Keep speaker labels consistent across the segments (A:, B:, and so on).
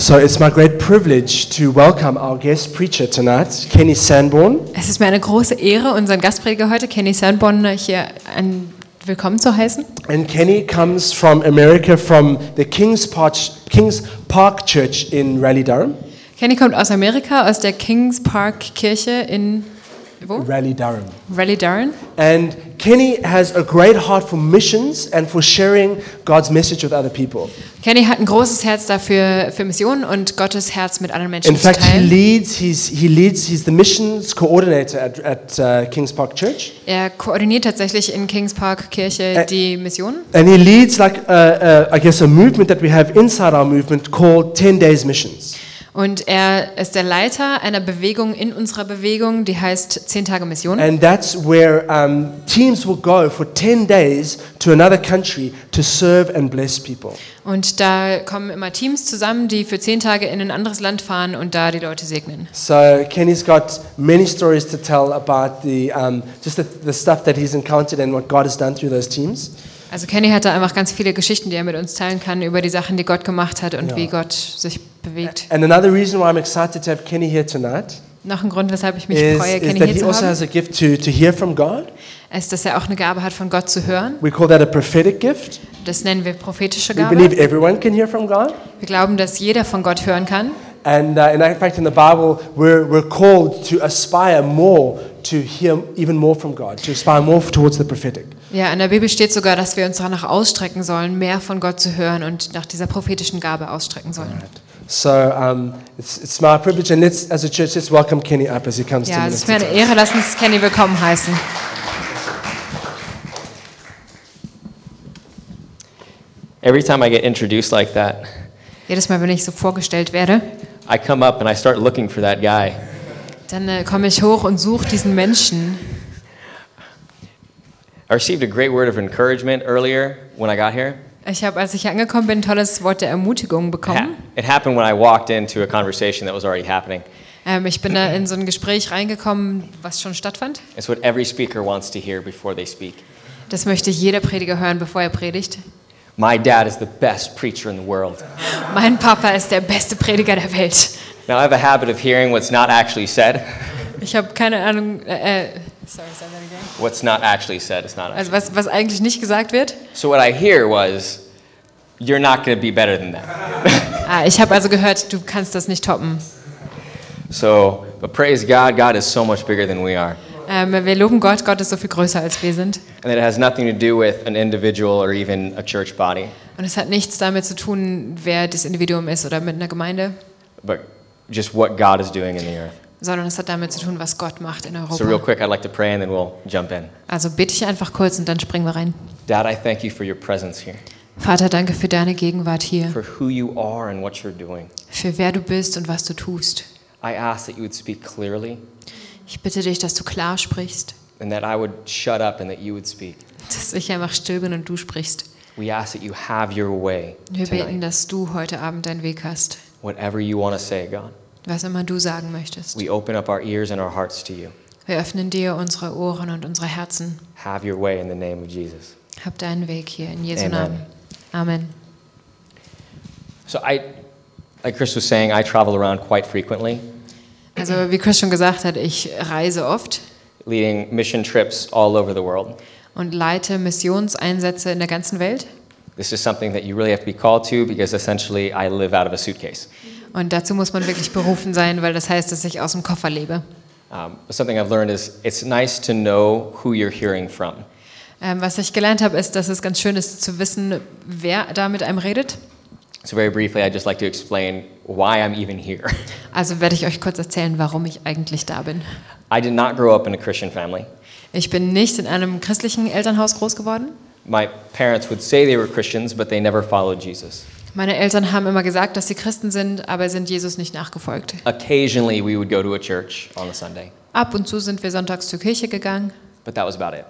A: So it's my great privilege to welcome our guest preacher tonight, Kenny Sanborn.
B: Es ist mir eine große Ehre, unseren Gastprediger heute, Kenny Sanborn, hier an willkommen zu heißen.
A: And Kenny comes from America from the King's Park, King's Park Church in Raleigh, Durham.
B: Kenny kommt aus Amerika, aus der Kings Park Kirche in wo?
A: Raleigh, Durham.
B: Raleigh, Durham.
A: And Kenny has a great heart for missions and for sharing God's message with other people.
B: Kenny hat ein großes Herz dafür für Missionen und Gottes Herz mit anderen Menschen
A: In
B: zu
A: fact, he
B: teilen.
A: leads, he's, he leads, he's the missions coordinator at, at uh, King's Park Church.
B: Er koordiniert tatsächlich in Kings Park Kirche
A: Ä-
B: die Missionen
A: And he leads, like, uh, uh, I guess, a movement that we have inside our movement called 10 Days Missions.
B: und er ist der Leiter einer Bewegung in unserer Bewegung, die heißt 10 Tage Mission.
A: And that's where um, teams will go for 10 days to another country to serve and bless people.
B: Und da kommen immer Teams zusammen, die für 10 Tage in ein anderes Land fahren und da die Leute segnen.
A: So Kenny's got many stories to tell about the, um, just the, the stuff that he's encountered and what God has done through those teams.
B: Also Kenny hat da einfach ganz viele Geschichten, die er mit uns teilen kann über die Sachen, die Gott gemacht hat und
A: Ja.
B: wie Gott sich bewegt.
A: And another reason why I'm excited to have Kenny here tonight
B: Noch ein Grund, weshalb ich mich
A: is,
B: freue,
A: is
B: Kenny
A: that
B: hier
A: he
B: zu
A: also
B: haben,
A: has a gift to, to hear from God.
B: ist, dass er auch eine Gabe hat, von Gott zu hören.
A: We call that a prophetic gift.
B: Das nennen wir prophetische
A: We
B: Gabe.
A: believe everyone can hear from God.
B: Wir glauben, dass jeder von Gott hören kann.
A: And, uh, and in fact, in the Bible, we're, we're called to aspire more to hear even more from God, to aspire more towards the prophetic.
B: Ja, in der Bibel steht sogar, dass wir uns danach ausstrecken sollen, mehr von Gott zu hören und nach dieser prophetischen Gabe ausstrecken sollen.
A: So um, it's, it's my privilege, and let's, as a church, let's welcome Kenny up as he comes to
B: Ja, es ist mir
A: minister.
B: eine Ehre, lass uns Kenny willkommen heißen.
C: Every time I get introduced like that,
B: Jedes Mal, wenn ich so vorgestellt werde,
C: I come up and I start looking for that guy.
B: dann äh, komme ich hoch und suche diesen Menschen.
C: I received a great word of encouragement earlier when I got here.
B: Ich habe, als ich hier angekommen bin, ein tolles Wort der Ermutigung
C: Ha-
B: bekommen.
C: It happened when I walked into a conversation that was already happening.
B: Ähm, ich bin da in so ein Gespräch reingekommen, was schon stattfand.
C: It's what every speaker wants to hear before they speak.
B: Das möchte jeder Prediger hören, bevor er predigt.
C: My dad is the best preacher in the world.
B: Mein Papa ist der beste Prediger der Welt.
C: Now, I have a habit of hearing what's not actually said.
B: Ich habe keine Ahnung, äh, äh, sorry, say that again.
C: What's not actually said is not.
B: also was, was eigentlich nicht gesagt wird.
C: So, what I hear was, you're not going to be better than that.
B: Ah, ich habe also gehört, du kannst das nicht toppen.
C: So, but praise God, God is so much bigger than we are.
B: Ähm, wir loben Gott, Gott ist so viel größer als wir sind.
C: And that it has nothing to do with an individual or even a church body.
B: Und es hat nichts damit zu tun, wer das Individuum ist oder mit einer Gemeinde,
C: but just what God is doing in the earth.
B: sondern es hat damit zu tun, was Gott macht in
C: So, real
B: Europa.
C: quick, I'd like to pray and then we'll jump in.
B: Also bete ich einfach kurz und dann springen wir rein.
C: Dad, I thank you for your presence here,
B: Vater, danke für deine Gegenwart hier,
C: for who you are and what you're doing.
B: für wer du bist und was du tust.
C: I ask that you would speak clearly
B: Ich bitte dich, dass du klar sprichst,
C: and that I would shut up and that you would speak.
B: dass ich einfach still bin und du sprichst.
C: We ask that you have your way
B: Wir beten,
C: tonight.
B: dass du heute Abend deinen Weg hast,
C: Whatever you want to say, God,
B: was immer du sagen möchtest.
C: we open up our ears and our hearts to you.
B: Wir öffnen dir unsere Ohren und unsere Herzen.
C: Have your way in the name of Jesus.
B: Hab deinen Weg hier in Jesu
C: Amen.
B: Namen. Amen.
C: So, I, like Chris was saying, I travel around quite frequently,
B: Also wie Chris schon gesagt hat, ich reise oft
C: leading mission trips all over the world.
B: und leite Missionseinsätze in der ganzen Welt.
C: This is something that you really have to be called to because essentially I live out of a suitcase.
B: Und dazu muss man wirklich berufen sein, weil das heißt, dass ich aus dem Koffer lebe.
C: Um, something I've learned is it's nice to know who you're hearing from.
B: Ähm, was ich gelernt habe, ist, dass es ganz schön ist zu wissen, wer da mit einem redet.
C: So, very briefly, I'd just like to explain why I'm even here.
B: Also werde ich euch kurz erzählen, warum ich eigentlich da bin.
C: I did not grow up in a Christian family.
B: Ich bin nicht in einem christlichen Elternhaus groß geworden.
C: My parents would say they were Christians, but they never followed Jesus.
B: Meine Eltern haben immer gesagt, dass sie Christen sind, aber sind Jesus nicht nachgefolgt.
C: Occasionally, we would go to a church on a Sunday,
B: Ab und zu sind wir sonntags zur Kirche gegangen,
C: but that was about it.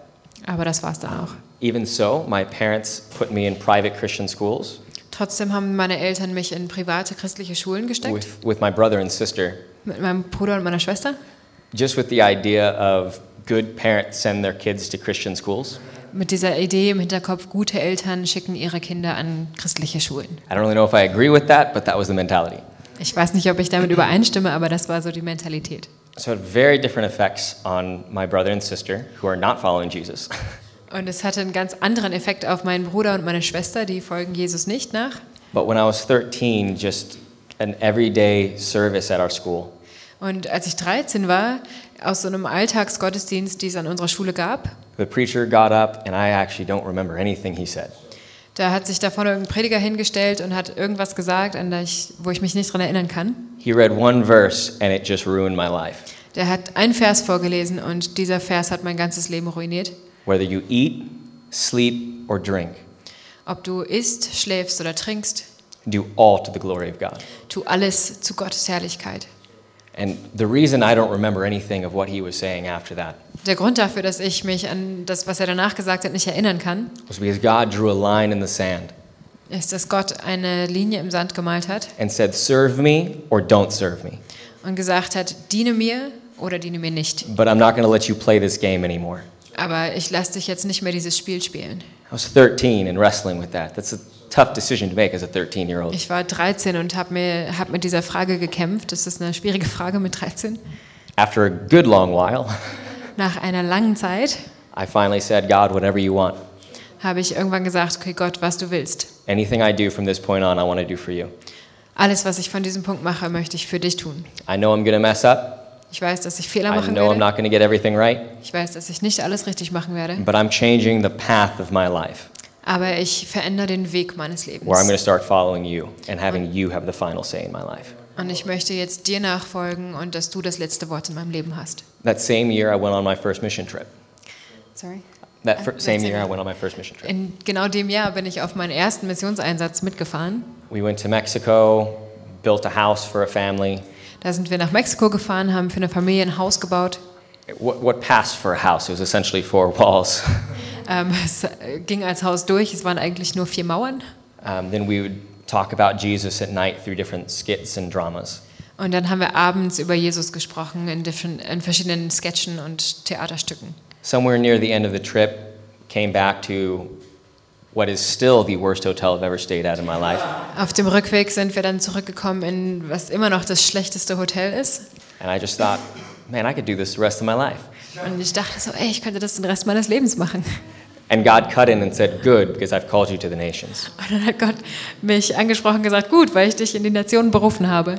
B: aber das war's dann auch.
C: Even so, my parents put me in private Christian schools
B: Trotzdem haben meine Eltern mich in private christliche Schulen gesteckt,
C: with, with my brother and sister,
B: mit meinem Bruder und meiner Schwester.
C: just with the idea of good parents send their kids to Christian schools.
B: Mit dieser Idee im Hinterkopf, gute Eltern schicken ihre Kinder an christliche Schulen.
C: I don't really know if I agree with that, but that was the mentality.
B: Ich weiß nicht, ob ich damit übereinstimme, aber das war so die Mentalität.
C: So it had very different effects on my brother and sister who are not following Jesus.
B: Und es hatte einen ganz anderen Effekt auf meinen Bruder und meine Schwester, die folgen Jesus nicht nach.
C: but when I was 13, just an everyday service at our school,
B: Und als ich 13 war, aus so einem Alltagsgottesdienst, die es an unserer Schule gab,
C: the preacher got up and I actually don't remember anything he said.
B: da hat sich da vorne irgendein Prediger hingestellt und hat irgendwas gesagt, an das ich, wo ich mich nicht dran erinnern kann.
C: He read one verse and it just ruined my life.
B: Der hat einen Vers vorgelesen und dieser Vers hat mein ganzes Leben ruiniert.
C: Whether you eat, sleep, or drink,
B: Ob du isst, schläfst oder trinkst,
C: do all to the glory of God.
B: tu alles zu Gottes Herrlichkeit.
C: And the reason I don't remember anything of what he was saying after that
B: Der Grund dafür, dass ich mich an das, was er danach gesagt hat, nicht erinnern kann,
C: was because God drew a line in the sand
B: ist, dass Gott eine Linie im Sand gemalt hat
C: and said, Serve me or don't serve me.
B: und gesagt hat, diene mir oder diene mir nicht.
C: But I'm not going to let you play this game anymore.
B: Aber ich lasse dich jetzt nicht mehr dieses Spiel spielen.
C: I was 13 and wrestling with that. That's a tough decision to make as a 13 year old.
B: Ich war 13 und habe mir hab mit dieser Frage gekämpft. Das ist eine schwierige Frage mit 13.
C: After a good long while,
B: Nach einer langen Zeit
C: I finally said, God, whatever you want.
B: habe ich irgendwann gesagt, okay Gott, was du willst.
C: Anything I do from this point on, I want to do for you.
B: Alles, was ich von diesem Punkt mache, möchte ich für dich tun.
C: I know I'm going to mess up.
B: Ich weiß, dass ich Fehler
C: I
B: machen
C: know
B: werde.
C: I'm not going to get everything right,
B: Ich weiß, dass ich nicht alles richtig machen werde.
C: but I'm changing the path of my life
B: Aber ich verändere den Weg meines
C: where I'm
B: Lebens.
C: going to start following you and having you have the final say in my life.
B: Und ich möchte jetzt dir nachfolgen und dass du das letzte Wort in meinem Leben hast.
C: That same year, I went on my first mission trip.
B: Sorry.
C: That
B: Uh,
C: fir- same
B: that's
C: year,
B: it.
C: I went on my first mission trip.
B: In genau dem Jahr bin ich auf meinen ersten Missionseinsatz mitgefahren.
C: We went to Mexico, built a house for a family.
B: Da sind wir nach Mexiko gefahren, haben für eine Familie ein Haus gebaut.
C: What, what passed for a house? It was essentially four walls.
B: Ähm, es äh, ging als Haus durch, es waren eigentlich nur vier Mauern.
C: Um, then we would talk about Jesus at night through different skits and dramas.
B: Und dann haben wir abends über Jesus gesprochen in, differen- in verschiedenen Sketchen und Theaterstücken.
C: Somewhere near the end of the trip, came back to what is still the worst hotel I've ever stayed at in my life.
B: Auf dem Rückweg sind wir dann zurückgekommen in was immer noch das schlechteste Hotel ist.
C: And I just thought, man, I could do this the rest of my life.
B: Und ich dachte so, ey, ich könnte das den Rest meines Lebens machen.
C: And God cut in and said, good, because I've called you to the nations.
B: Und dann hat Gott mich angesprochen und gesagt, gut, weil ich dich in die Nationen berufen habe.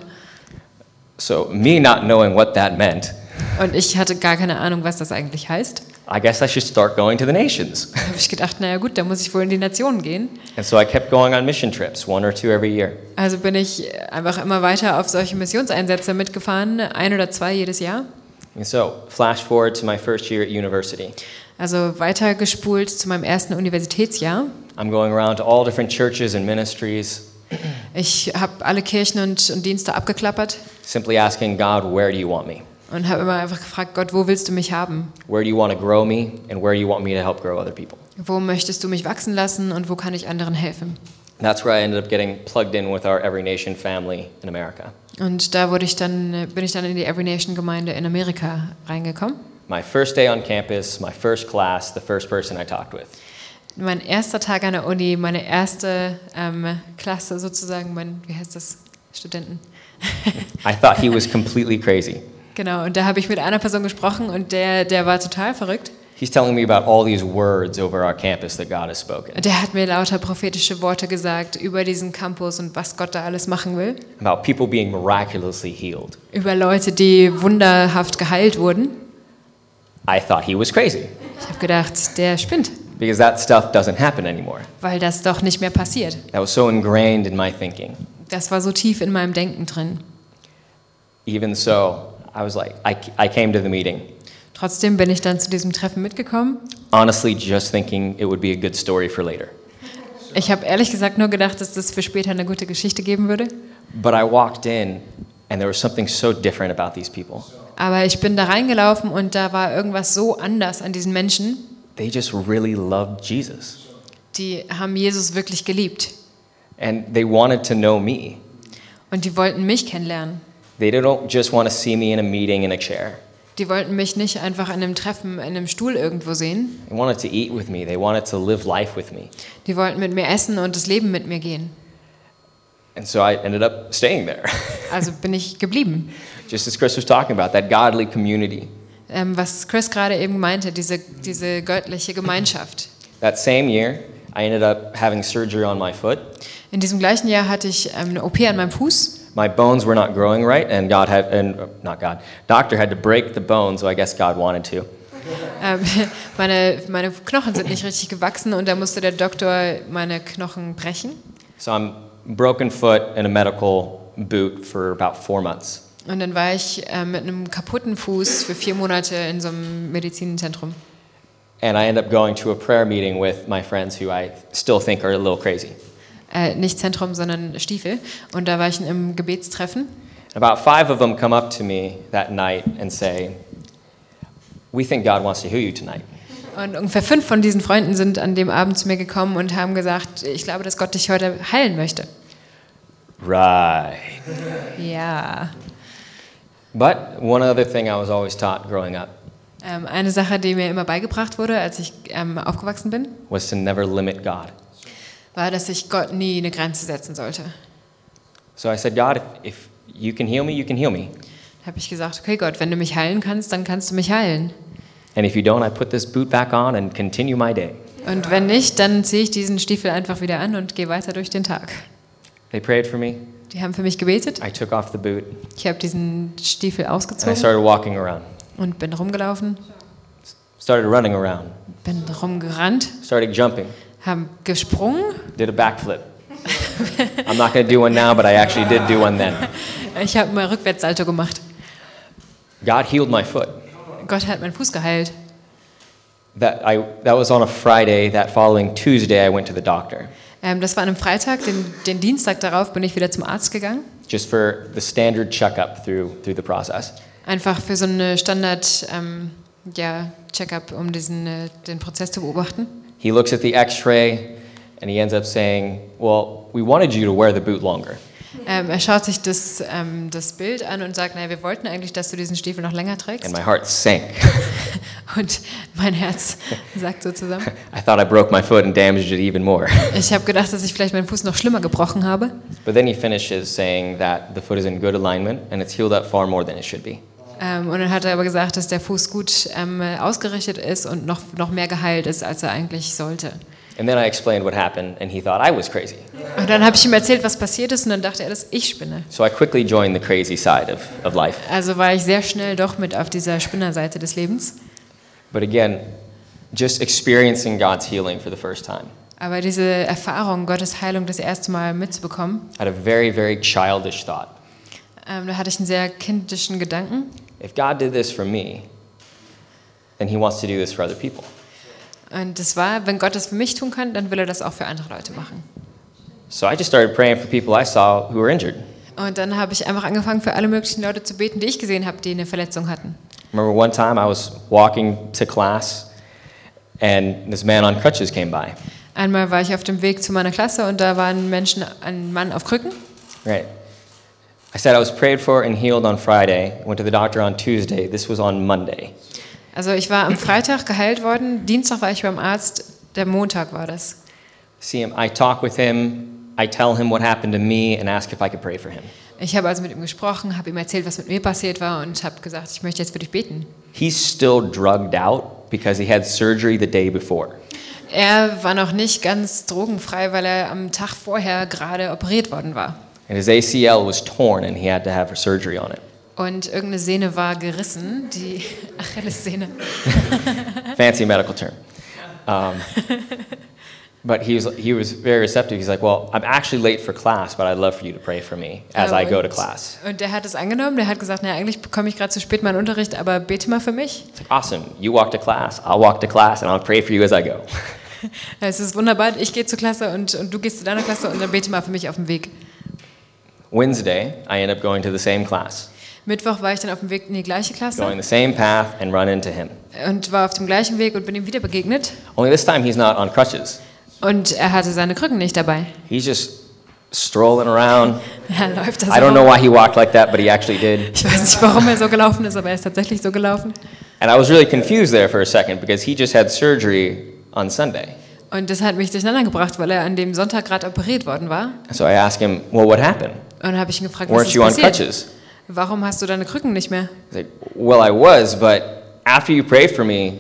C: So, me not knowing what that meant,
B: Und ich hatte gar keine Ahnung, was das eigentlich heißt.
C: I guess I should start going to the nations.
B: Da habe ich gedacht, naja gut, dann muss ich wohl in die Nationen gehen.
C: And so I kept going on mission trips, one or two every year.
B: Also bin ich einfach immer weiter auf solche Missionseinsätze mitgefahren, ein oder zwei jedes Jahr.
C: And so, flash forward to my first year at university.
B: Also weitergespult zu meinem ersten Universitätsjahr.
C: I'm going around to all different churches and ministries,
B: Ich habe alle Kirchen und, und Dienste abgeklappert
C: simply asking God, where do you want me?
B: und habe immer einfach gefragt, Gott, wo willst du mich haben?
C: Where do you want to grow me? And where do you want me to help grow other people?
B: Wo möchtest du mich wachsen lassen und wo kann ich anderen helfen?
C: That's where I ended up getting plugged in with our Every Nation family in America.
B: Und da wurde ich dann, bin ich dann in die Every Nation Gemeinde in Amerika reingekommen.
C: My first day on campus, my first class, the first person I talked with.
B: Mein erster Tag an der Uni, meine erste ähm, Klasse sozusagen, mein, wie heißt das, Studenten.
C: I thought he was completely crazy.
B: Genau, und da habe ich mit einer Person gesprochen und der, der war total verrückt.
C: He's telling me about all these words over our campus that God has spoken
B: Der hat mir lauter prophetische Worte gesagt über diesen Campus und was Gott da alles machen will.
C: about people being miraculously healed.
B: Über Leute, die wunderhaft geheilt wurden.
C: I thought he was crazy
B: Ich habe gedacht, der spinnt,
C: because that stuff doesn't happen anymore.
B: weil das doch nicht mehr passiert.
C: That was so ingrained in my thinking.
B: Das war so tief in meinem Denken drin.
C: Even so, I was like, I, I came to the meeting
B: Trotzdem bin ich dann zu diesem Treffen mitgekommen.
C: honestly just thinking it would be a good story for later.
B: Ich habe ehrlich gesagt nur gedacht, dass das für später eine gute Geschichte geben würde.
C: But I walked in and there was something so different about these people.
B: Aber ich bin da reingelaufen und da war irgendwas so anders an diesen Menschen.
C: They just really loved Jesus
B: Die haben Jesus wirklich geliebt.
C: and they wanted to know me.
B: Und die wollten mich kennenlernen.
C: They don't just want to see me in a meeting in a chair.
B: Die wollten mich nicht einfach in einem Treffen, in einem Stuhl irgendwo sehen.
C: They wanted to eat with me. They wanted to live life with me.
B: Die wollten mit mir essen und das Leben mit mir gehen.
C: And so I ended up staying there,
B: Also bin ich geblieben.
C: just as Chris was talking about, that godly community.
B: Ähm, was Chris gerade eben meinte, diese, diese göttliche Gemeinschaft.
C: That same year, I ended up having surgery on my foot.
B: In diesem gleichen Jahr hatte ich ähm, eine OP an meinem Fuß.
C: My bones were not growing right, and God had, and uh, not God, doctor had to break the bone, so I guess God wanted to.
B: Ähm, meine, meine Knochen sind nicht richtig gewachsen und da musste der Doktor meine Knochen brechen.
C: So I'm broken foot in a medical boot for about four months.
B: Und dann war ich äh, mit einem kaputten Fuß für vier Monate in so einem Medizinzentrum.
C: And I end up going to a prayer meeting with my friends who I still think are a little crazy.
B: Äh, nicht Zentrum, sondern Stiefel. Und da war ich in einem Gebetstreffen.
C: About five of them come up to me that night and say, We think God wants to heal you tonight.
B: Und ungefähr fünf von diesen Freunden sind an dem Abend zu mir gekommen und haben gesagt, ich glaube, dass Gott dich heute heilen möchte.
C: Right.
B: Ja.
C: But one other thing I was always taught growing up
B: Ähm, eine Sache, die mir immer beigebracht wurde, als ich ähm, aufgewachsen bin,
C: was to never limit God.
B: war, dass ich Gott nie eine Grenze setzen sollte.
C: So I said, God, if, if you can heal me, you can heal me.
B: Da habe ich gesagt, okay Gott, wenn du mich heilen kannst, dann kannst du mich heilen.
C: And if you don't, I put this boot back on and continue my day.
B: Und wenn nicht, dann ziehe ich diesen Stiefel einfach wieder an und gehe weiter durch den Tag.
C: They prayed for me.
B: Die haben für mich gebetet.
C: I took off the boot and
B: Ich habe diesen Stiefel
C: I
B: ausgezogen
C: started walking around,
B: und bin rumgelaufen,
C: started running around,
B: bin rumgerannt,
C: started jumping,
B: habe gesprungen.
C: did a backflip. I'm not going to do one now, but I actually did do one then.
B: Ich habe mal Rückwärtssalto gemacht.
C: God healed my foot.
B: Gott hat meinen Fuß geheilt.
C: That, I, that was on a Friday. That following Tuesday, I went to the doctor
B: Ähm, das war an einem Freitag. Den, den Dienstag darauf bin ich wieder zum Arzt gegangen.
C: just for the standard checkup through, through the process.
B: Einfach für so eine Standard, ähm, ja, Check-up, um diesen, äh, den Prozess zu beobachten.
C: He looks at the x ray and he ends up saying, Well, we wanted you to wear the boot longer.
B: Ähm, er schaut sich das, ähm, das Bild an und sagt, naja, wir wollten eigentlich, dass du diesen Stiefel noch länger
C: And
B: trägst.
C: my heart sank.
B: Und mein Herz sagt so zusammen.
C: I thought I broke my foot and damaged it even more.
B: Ich habe gedacht, dass ich vielleicht meinen Fuß noch schlimmer gebrochen habe.
C: But then he finishes saying that the foot is in good alignment and it's healed up far more than it should be.
B: Ähm, und dann hat er aber gesagt, dass der Fuß gut ähm, ausgerichtet ist und noch, noch mehr geheilt ist, als er eigentlich sollte.
C: And then I explained what happened, and he thought I was crazy.
B: Und dann habe ich ihm erzählt, was passiert ist, und dann dachte er, dass ich spinne.
C: So I quickly joined the crazy side of, of life.
B: Also war ich sehr schnell doch mit auf dieser Spinnerseite des Lebens.
C: But again, just experiencing God's healing for the first time.
B: Aber diese Erfahrung, Gottes Heilung das erste Mal mitzubekommen,
C: I had a very, very childish thought.
B: ähm, da hatte ich einen sehr kindischen Gedanken.
C: If God did this for me, then he wants to do this for other people.
B: Und das war, wenn Gott das für mich tun kann, dann will er das auch für andere Leute machen.
C: So I just started praying for people I saw who were injured.
B: Und dann habe ich einfach angefangen, für alle möglichen Leute zu beten, die ich gesehen habe, die eine Verletzung hatten.
C: Remember one time I was walking to class and this man on crutches came by.
B: Einmal war ich auf dem Weg zu meiner Klasse und da war ein, Menschen, ein Mann auf Krücken.
C: Right. I said I was prayed for and healed on Friday. Went to the doctor on Tuesday. This was on Monday.
B: Also ich war am Freitag geheilt worden, Dienstag war ich beim Arzt, der Montag war das.
C: See him. I talk with him. I tell him what happened to me and ask if I could pray for him.
B: Ich habe also mit ihm gesprochen, habe ihm erzählt, was mit mir passiert war und habe gesagt, ich möchte jetzt für dich beten.
C: He's still drugged out because he had surgery the day before.
B: Er war noch nicht ganz drogenfrei, weil er am Tag vorher gerade operiert worden war.
C: And his ACL was torn and he had to have surgery on it.
B: Und irgendeine Sehne war gerissen, die Achillessehne.
C: Fancy medical term. Um, but he was, he was very receptive. He's like, Well, I'm actually late for class, but I'd love for you to pray for me as I go to
B: Und-
C: class.
B: Und der hat es angenommen, der hat gesagt, na eigentlich komme ich gerade zu spät meinen Unterricht, aber bete mal für mich.
C: It's like, Awesome. You walk to class. I'll walk to class and I'll pray for you as I go.
B: Es ist wunderbar, ich gehe zur Klasse und, und du gehst zu deiner Klasse und dann bete mal für mich auf dem Weg.
C: Wednesday, I end up going to the same class,
B: Mittwoch war ich dann auf dem Weg in die gleiche
C: going
B: Klasse
C: the same path, and run into him.
B: und war auf dem gleichen Weg und bin ihm wieder begegnet.
C: Only this time he's not on crutches.
B: Und er hatte seine Krücken nicht dabei.
C: He's just strolling around.
B: Er läuft da
C: I don't know
B: so.
C: why he walked like that, but he actually did.
B: Ich weiß nicht, warum er so gelaufen ist, aber er ist tatsächlich so gelaufen.
C: And I was really confused there for a second because he just had surgery on Sunday.
B: Und das hat mich durcheinander gebracht, weil er an dem Sonntag gerade operiert worden war.
C: And so I asked him, Well, what happened?
B: Und dann habe ich ihn gefragt, was
C: Weren't
B: ist
C: you on
B: passiert?
C: crutches?
B: Warum hast du deine Krücken nicht mehr?
C: He's like, Well, I was, but after you prayed for me,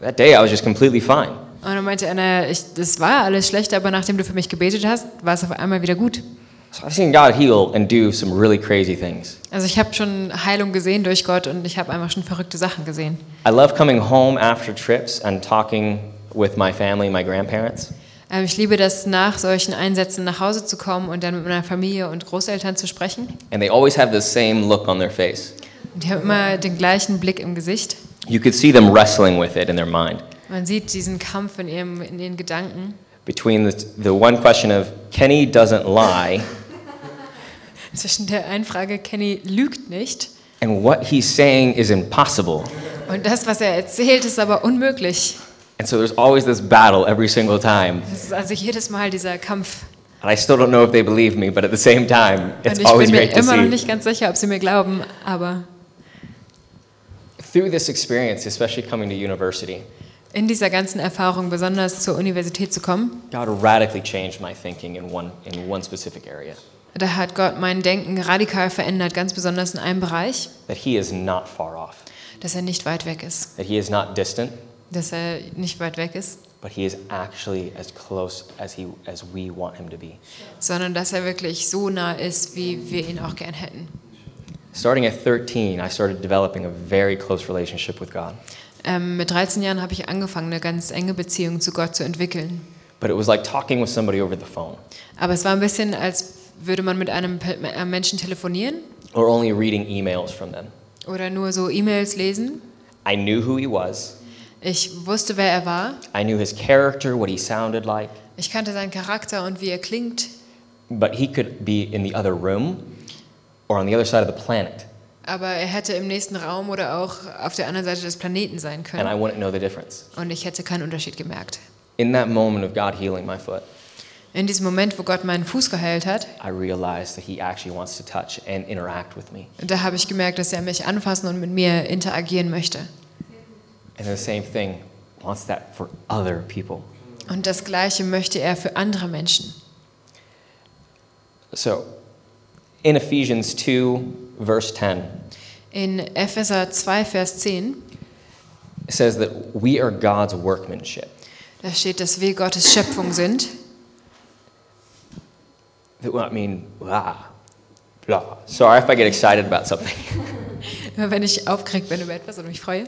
C: that day I was just completely fine.
B: Und dann meinte er, naja, ich, das war alles schlecht, aber nachdem du für mich gebetet hast, war es auf einmal wieder gut.
C: So I've seen God heal and do some really crazy things.
B: Also ich habe schon Heilung gesehen durch Gott und ich habe einfach schon verrückte Sachen gesehen.
C: I love coming home after trips and talking with my family, my grandparents.
B: Ähm, ich liebe das, nach solchen Einsätzen nach Hause zu kommen und dann mit meiner Familie und Großeltern zu sprechen.
C: And they always have the same look on their face.
B: Und die haben immer den gleichen Blick im Gesicht.
C: You could see them wrestling with it in their mind
B: Man sieht diesen Kampf in, ihrem, in ihren Gedanken
C: between the, the one question of Kenny doesn't lie
B: zwischen der Einfrage, Kenny lügt nicht,
C: and what he's saying is impossible.
B: und das, was er erzählt, ist aber unmöglich.
C: And so there's always this battle every single time.
B: Das ist also jedes Mal dieser Kampf.
C: And I still don't know if they believe me, but at the same time, it's
B: Und ich
C: always
B: bin
C: great
B: mir
C: to
B: immer noch
C: see.
B: nicht ganz sicher, ob sie mir glauben, aber
C: Through this experience, especially coming to university,
B: in dieser ganzen Erfahrung, besonders zur Universität zu kommen,
C: God radically changed my thinking in one, in one specific area
B: da hat Gott mein Denken radikal verändert, ganz besonders in einem Bereich,
C: that He is not far off,
B: dass er nicht weit weg ist,
C: that He is not distant,
B: dass er nicht weit weg ist,
C: but He is actually as close as, he, as we want Him to be.
B: sondern dass er wirklich so nah ist, wie wir ihn auch gern hätten.
C: Starting at 13, I started developing a very close relationship with God,
B: Ähm, mit 13 Jahren habe ich angefangen, eine ganz enge Beziehung zu Gott zu entwickeln.
C: but it was like talking with somebody over the phone
B: Aber es war ein bisschen, als würde man mit einem Pe- äh, Menschen telefonieren
C: or only reading emails from them.
B: oder nur so E-Mails lesen.
C: I knew who He was,
B: Ich wusste, wer er war.
C: I knew His character, what He sounded like,
B: Ich kannte seinen Charakter und wie er klingt.
C: but He could be in the other room or on the other side of the planet,
B: Aber er hätte im nächsten Raum oder auch auf der anderen Seite des Planeten sein
C: and I
B: können.
C: wouldn't know the difference.
B: Und ich hätte keinen Unterschied gemerkt.
C: In that moment of God healing my foot,
B: In diesem Moment, wo Gott meinen Fuß geheilt hat,
C: I realized that he actually wants to touch and interact with me.
B: da habe ich gemerkt, dass er mich anfassen und mit mir interagieren möchte.
C: And the same thing wants that for other people.
B: Und das Gleiche möchte er für andere Menschen.
C: So, in Ephesians 2, verse 10,
B: In Epheser 2, Vers 10,
C: it says that we are God's workmanship,
B: da steht, dass wir Gottes Schöpfung sind.
C: that I mean, blah, blah. Sorry if I get excited about something.
B: Immer wenn ich aufgeregt bin über etwas und mich freue.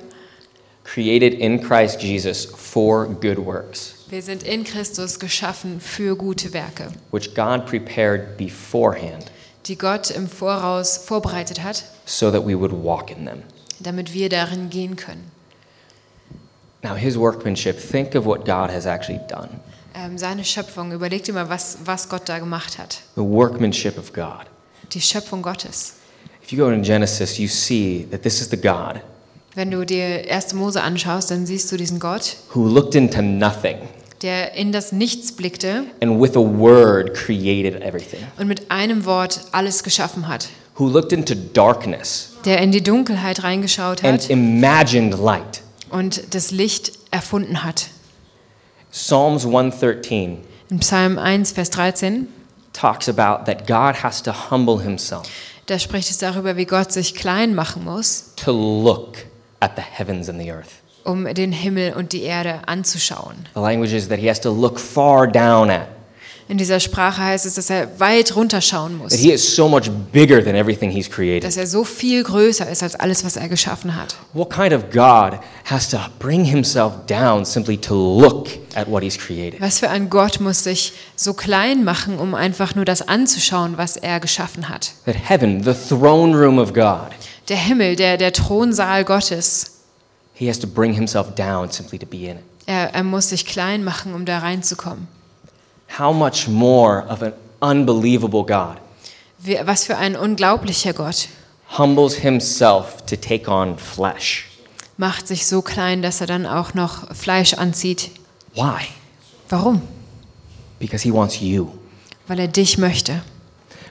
C: Created in Christ Jesus for good works,
B: Wir sind in Christus geschaffen für gute Werke,
C: which God prepared beforehand
B: die Gott im Voraus vorbereitet hat,
C: so that we would walk in them.
B: damit wir darin gehen können.
C: Now, his workmanship, think of what God has actually done.
B: Ähm, seine Schöpfung, überleg dir mal, was, was Gott da gemacht hat.
C: The workmanship of God.
B: Die Schöpfung Gottes.
C: If you go in Genesis, you see that this is the God
B: Wenn du dir 1. Mose anschaust, dann siehst du diesen Gott,
C: who looked into nothing
B: der in das Nichts blickte
C: and with a word created everything,
B: und mit einem Wort alles geschaffen hat.
C: who looked into darkness
B: Der in die Dunkelheit reingeschaut
C: and
B: hat
C: imagined light.
B: und das Licht erfunden hat.
C: Psalms 113
B: In Psalm 1, Vers 13
C: talks about that God has to humble himself
B: Da spricht es darüber, wie Gott sich klein machen muss,
C: to look at the heavens and the earth.
B: um den Himmel und die Erde anzuschauen.
C: The language is that he has to look far down at,
B: In dieser Sprache heißt es, dass er weit runterschauen
C: that
B: muss,
C: he is so much bigger than everything he's created.
B: dass er so viel größer ist als alles, was er geschaffen hat.
C: What kind of God has to bring himself down simply to look at what he's created?
B: Was für ein Gott muss sich so klein machen, um einfach nur das anzuschauen, was er geschaffen hat?
C: that heaven, the throne room of God,
B: Der Himmel, der, der Thronsaal Gottes,
C: he has to bring himself down simply to be in it.
B: er, er muss sich klein machen, um da reinzukommen.
C: How much more of an unbelievable God
B: Wie, was für ein unglaublicher Gott
C: humbles himself to take on flesh?
B: macht sich so klein, dass er dann auch noch Fleisch anzieht.
C: Why?
B: Warum?
C: Because he wants you.
B: weil er dich möchte.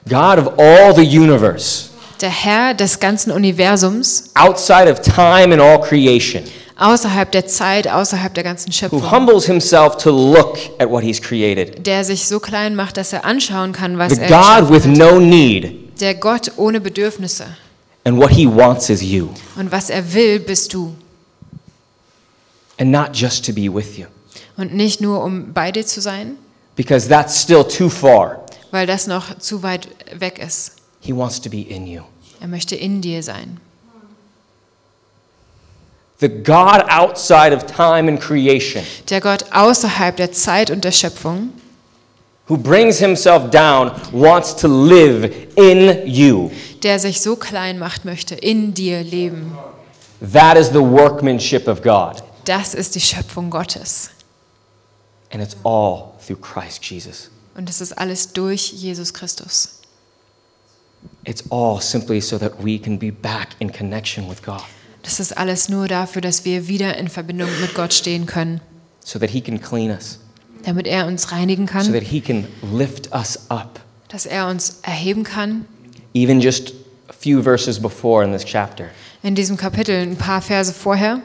C: God of all the universe,
B: Der Herr des ganzen Universums,
C: outside of time and all creation,
B: außerhalb der Zeit, außerhalb der ganzen
C: who
B: Schöpfung,
C: humbles himself to look at what he's created.
B: der sich so klein macht, dass er anschauen kann, was
C: The
B: er
C: God with
B: geschaffen hat.
C: no need
B: Der Gott ohne Bedürfnisse.
C: and what he wants is you
B: Und was er will, bist du.
C: and not just to be with you
B: Und nicht nur, um bei dir zu sein,
C: because that's still too far.
B: weil das noch zu weit weg ist.
C: He wants to be in you.
B: Er möchte in dir sein.
C: The God outside of time and creation
B: Der Gott außerhalb der Zeit und der Schöpfung,
C: who brings himself down wants to live in you.
B: der sich so klein macht, möchte in dir leben.
C: That is the workmanship of God.
B: Das ist die Schöpfung Gottes.
C: And it's all through Christ Jesus.
B: Und das ist alles durch Jesus Christus.
C: It's all simply so that we can be back in connection with God,
B: Das ist alles nur dafür, dass wir wieder in Verbindung mit Gott stehen können,
C: so that He can clean us,
B: damit er uns reinigen
C: so that
B: kann,
C: He can lift us up.
B: dass er uns erheben kann.
C: Even just a few verses before in this chapter,
B: In diesem Kapitel, ein paar Verse vorher,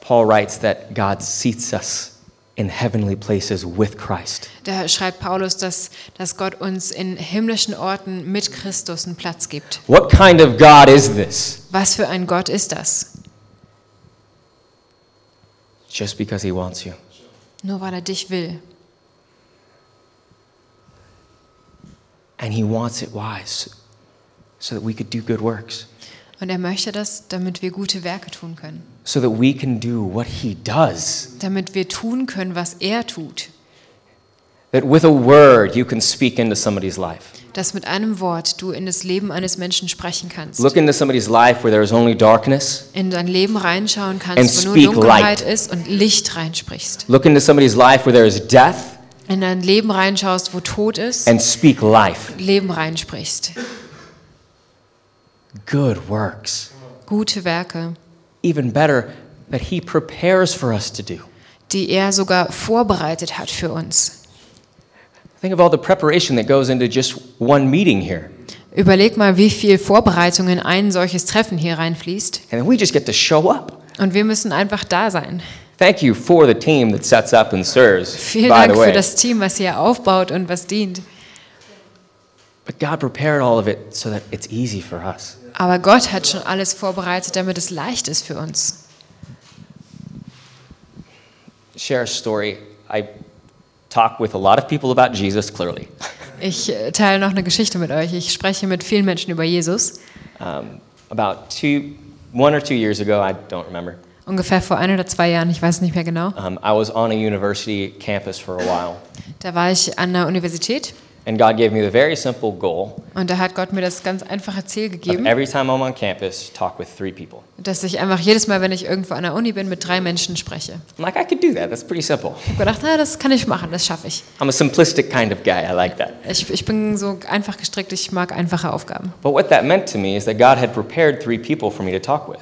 C: Paul writes that God seats us in heavenly places with Christ.
B: da schreibt Paulus, dass, dass Gott uns in himmlischen Orten mit Christus einen Platz gibt.
C: What kind of God is this?
B: Was für ein Gott ist das?
C: Just because He wants you.
B: Nur weil er dich will.
C: And He wants it wise, so that we could do good works,
B: Und er möchte das, damit wir gute Werke tun können.
C: so that we can do what He does.
B: Damit wir tun können, was er tut.
C: That with a word you can speak into somebody's life.
B: Dass mit einem Wort du in das Leben eines Menschen sprechen kannst.
C: Look into somebody's life where there is only darkness.
B: In dein Leben reinschauen
C: And
B: kannst, wo nur
C: speak
B: Dunkelheit
C: light.
B: ist und Licht reinsprichst.
C: Look into somebody's life where there is death
B: In dein Leben reinschaust, wo Tod ist,
C: and speak life.
B: Leben reinsprichst.
C: Good works.
B: Gute Werke,
C: Even better, that He prepares for us to do.
B: die er sogar vorbereitet hat für uns.
C: Think of all the preparation that goes into just one meeting here.
B: Überleg mal, wie viel Vorbereitung in ein solches Treffen hier reinfließt.
C: And then we just get to show up.
B: Und wir müssen einfach da sein.
C: Thank you for the team that sets up and serves,
B: Vielen
C: by
B: Dank
C: the
B: für
C: way.
B: das Team, was hier aufbaut und was dient.
C: But God prepared all of it so that it's easy for us.
B: Aber Gott hat schon alles vorbereitet, damit es leicht ist für uns.
C: Share a story. I talk with a lot of people about Jesus, clearly.
B: Ich äh, teile noch eine Geschichte mit euch. Ich spreche mit vielen Menschen über Jesus.
C: Um, about two, one or two years ago, I don't remember,
B: Ungefähr vor ein oder zwei Jahren, ich weiß nicht mehr genau.
C: um, I was on a university campus for a while.
B: Da war ich an der Universität
C: And God gave me the very simple goal
B: und da hat Gott mir das ganz einfache Ziel
C: of
B: gegeben,
C: every time I'm on campus, talk with three people.
B: dass ich einfach jedes Mal, wenn ich irgendwo an der Uni bin, mit drei Menschen spreche.
C: I'm like, I could do that. That's pretty simple.
B: Ich habe gedacht, na, das kann ich machen, das schaffe ich.
C: I'm a simplistic kind of guy. I like that.
B: ich. Ich bin so einfach gestrickt, ich mag einfache Aufgaben.
C: But what that meant to me is that God had prepared three people for me to talk with.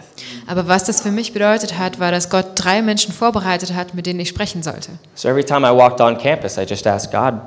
B: Aber was das für mich bedeutet hat, war, dass Gott drei Menschen vorbereitet hat, mit denen ich sprechen sollte.
C: So every time I walked on campus, I just asked God,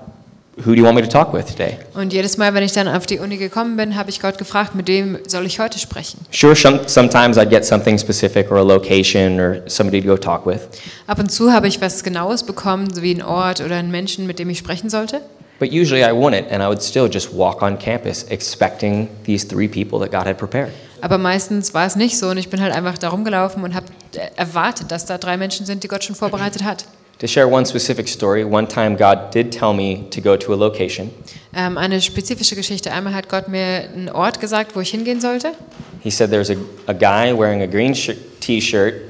C: who do you want me to talk with today?
B: Und jedes Mal, wenn ich dann auf die Uni gekommen bin, habe ich Gott gefragt, mit wem soll ich heute sprechen?
C: Sure, some, sometimes I'd get something specific or a location or somebody to go talk with.
B: Ab und zu habe ich was Genaues bekommen, so wie einen Ort oder einen Menschen, mit dem ich sprechen sollte.
C: But usually I wouldn't, and I would still just walk on campus expecting these three people that God had prepared.
B: Aber meistens war es nicht so und ich bin halt einfach da rumgelaufen und habe äh, erwartet, dass da drei Menschen sind, die Gott schon vorbereitet hat.
C: To share one specific story, one time God did tell me to go to a location.
B: Ähm, eine spezifische Geschichte. Einmal hat Gott mir einen Ort gesagt, wo ich hingehen sollte.
C: He said there's a, a guy wearing a green sh- t-shirt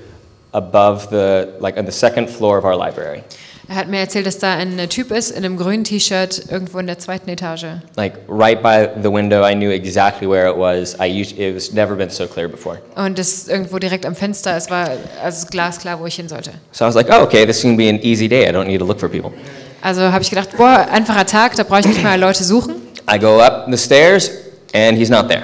C: above the like on the second floor of our library.
B: Er hat mir erzählt, dass da ein Typ ist in einem grünen T-Shirt irgendwo in der zweiten Etage.
C: Like right by the window, I knew exactly where it was. I used, it was never been so clear before.
B: Und das ist irgendwo direkt am Fenster. Es war also glasklar, wo ich hin sollte.
C: So I was like, oh, okay, this is gonna be an easy day. I don't need to look for people.
B: Also habe ich gedacht, boah, einfacher Tag, da brauche ich nicht mal Leute suchen.
C: I go up the stairs and he's not there.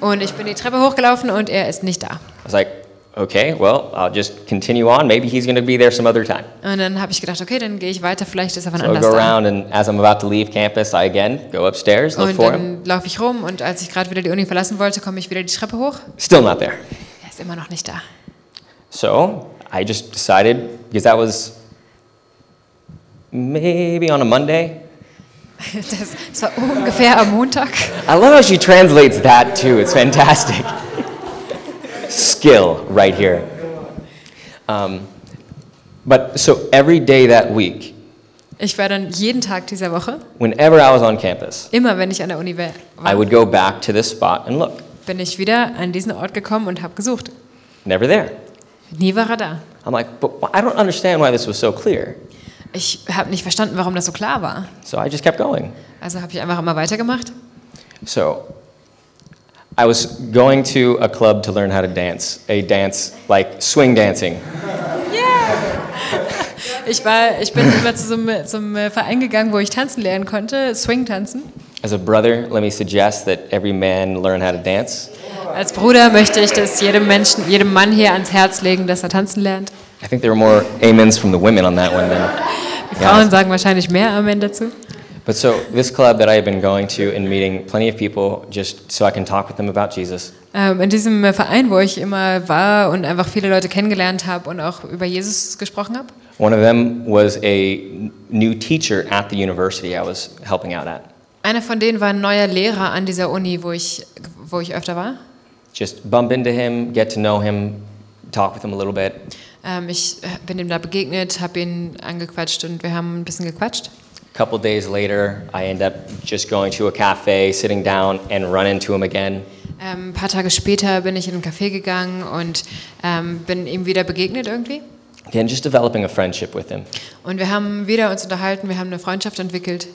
B: Und ich bin die Treppe hochgelaufen und er ist nicht da.
C: I was like, okay, well, I'll just continue on. Maybe he's going to be there some other time.
B: Und dann habe ich gedacht, okay, dann gehe ich weiter, vielleicht ist er wann
C: So I
B: anders
C: go
B: da.
C: around, and as I'm about to leave campus, I again go upstairs, look
B: Und
C: for him.
B: dann laufe ich rum und als ich gerade wieder die Uni verlassen wollte, komme ich wieder die Treppe hoch.
C: Still not there.
B: Er ist immer noch nicht da.
C: So I just decided, because that was maybe on a Monday.
B: Das, das war ungefähr am Montag.
C: I love how she translates that too. It's fantastic. Skill right here. Um, but so every day that week,
B: Ich war dann jeden Tag dieser Woche,
C: whenever I was on campus,
B: immer wenn ich an der Uni wär-
C: I
B: war,
C: would go back to this spot and look.
B: bin ich wieder an diesen Ort gekommen und habe gesucht.
C: Never there.
B: Nie war er da.
C: I'm like, but wh- I don't understand why this was so clear.
B: Ich habe nicht verstanden, warum das so klar war.
C: So I just kept going.
B: Also habe ich einfach immer weitergemacht.
C: So I was going to a club to learn how to dance, a dance like swing dancing.
B: Ich, war, ich bin immer zu so einem, zum äh, Verein gegangen, wo ich tanzen lernen konnte, Swing tanzen.
C: As a brother, let me suggest that every man learn how to dance.
B: Als Bruder möchte ich das jedem Menschen, jedem Mann hier ans Herz legen, dass er tanzen lernt.
C: I think there were more amens from the women on that one
B: Die
C: than.
B: Frauen sagen wahrscheinlich mehr Amen dazu.
C: But so this club that I had been going to and meeting plenty of people just so I can talk with them about Jesus.
B: Ähm, in diesem äh, Verein, wo ich immer war und einfach viele Leute kennengelernt habe und auch über Jesus gesprochen habe,
C: One of them was a n- new teacher at the university I was helping out at.
B: einer von denen war ein neuer Lehrer an dieser Uni, wo ich, wo ich öfter war.
C: Just bump into him, get to know him, talk with him a little bit.
B: Ähm, ich äh, bin ihm da begegnet, habe ihn angequatscht und wir haben ein bisschen gequatscht.
C: A couple days later, I end up just going to a cafe, sitting down, and run into him again.
B: Ähm, ein paar Tage später bin ich in einen Café gegangen und ähm, bin ihm wieder begegnet irgendwie.
C: Again, just developing a friendship with him.
B: Und wir haben wieder uns unterhalten, wir haben eine Freundschaft entwickelt.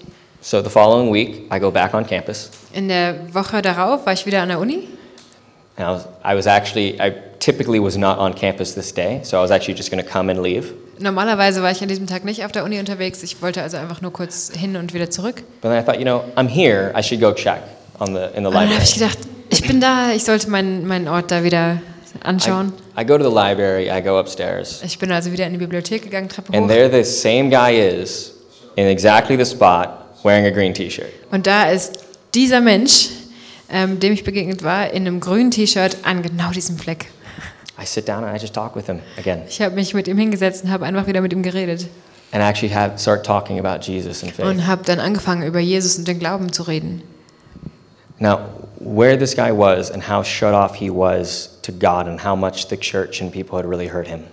C: So the following week, I go back on campus.
B: In der Woche darauf war ich wieder an der Uni.
C: And I was, I was actually, I typically was not on campus this day, so I was actually just going to come and leave.
B: Normalerweise war ich an diesem Tag nicht auf der Uni unterwegs. Ich wollte also einfach nur kurz hin und wieder zurück.
C: But then I thought, you know, I'm here. I should go check on the in the
B: Und dann habe
C: library.
B: ich gedacht, ich bin da, ich sollte meinen, meinen Ort da wieder
C: I,
B: anschauen.
C: I go to the library. I go upstairs,
B: Ich bin also wieder in die Bibliothek gegangen, Treppe
C: and
B: hoch.
C: there the same guy is in exactly the spot wearing a green T-shirt.
B: Und da ist dieser Mensch, ähm, dem ich begegnet war, in einem grünen T-Shirt an genau diesem Fleck.
C: I sit down and I just talk with him again,
B: Ich habe mich mit ihm hingesetzt und habe einfach wieder mit ihm geredet.
C: and I actually have start talking about Jesus and faith.
B: Und habe dann angefangen, über Jesus und den Glauben zu reden.
C: Now, where this guy was and how shut off he was to God, and how much the church and people had really hurt him.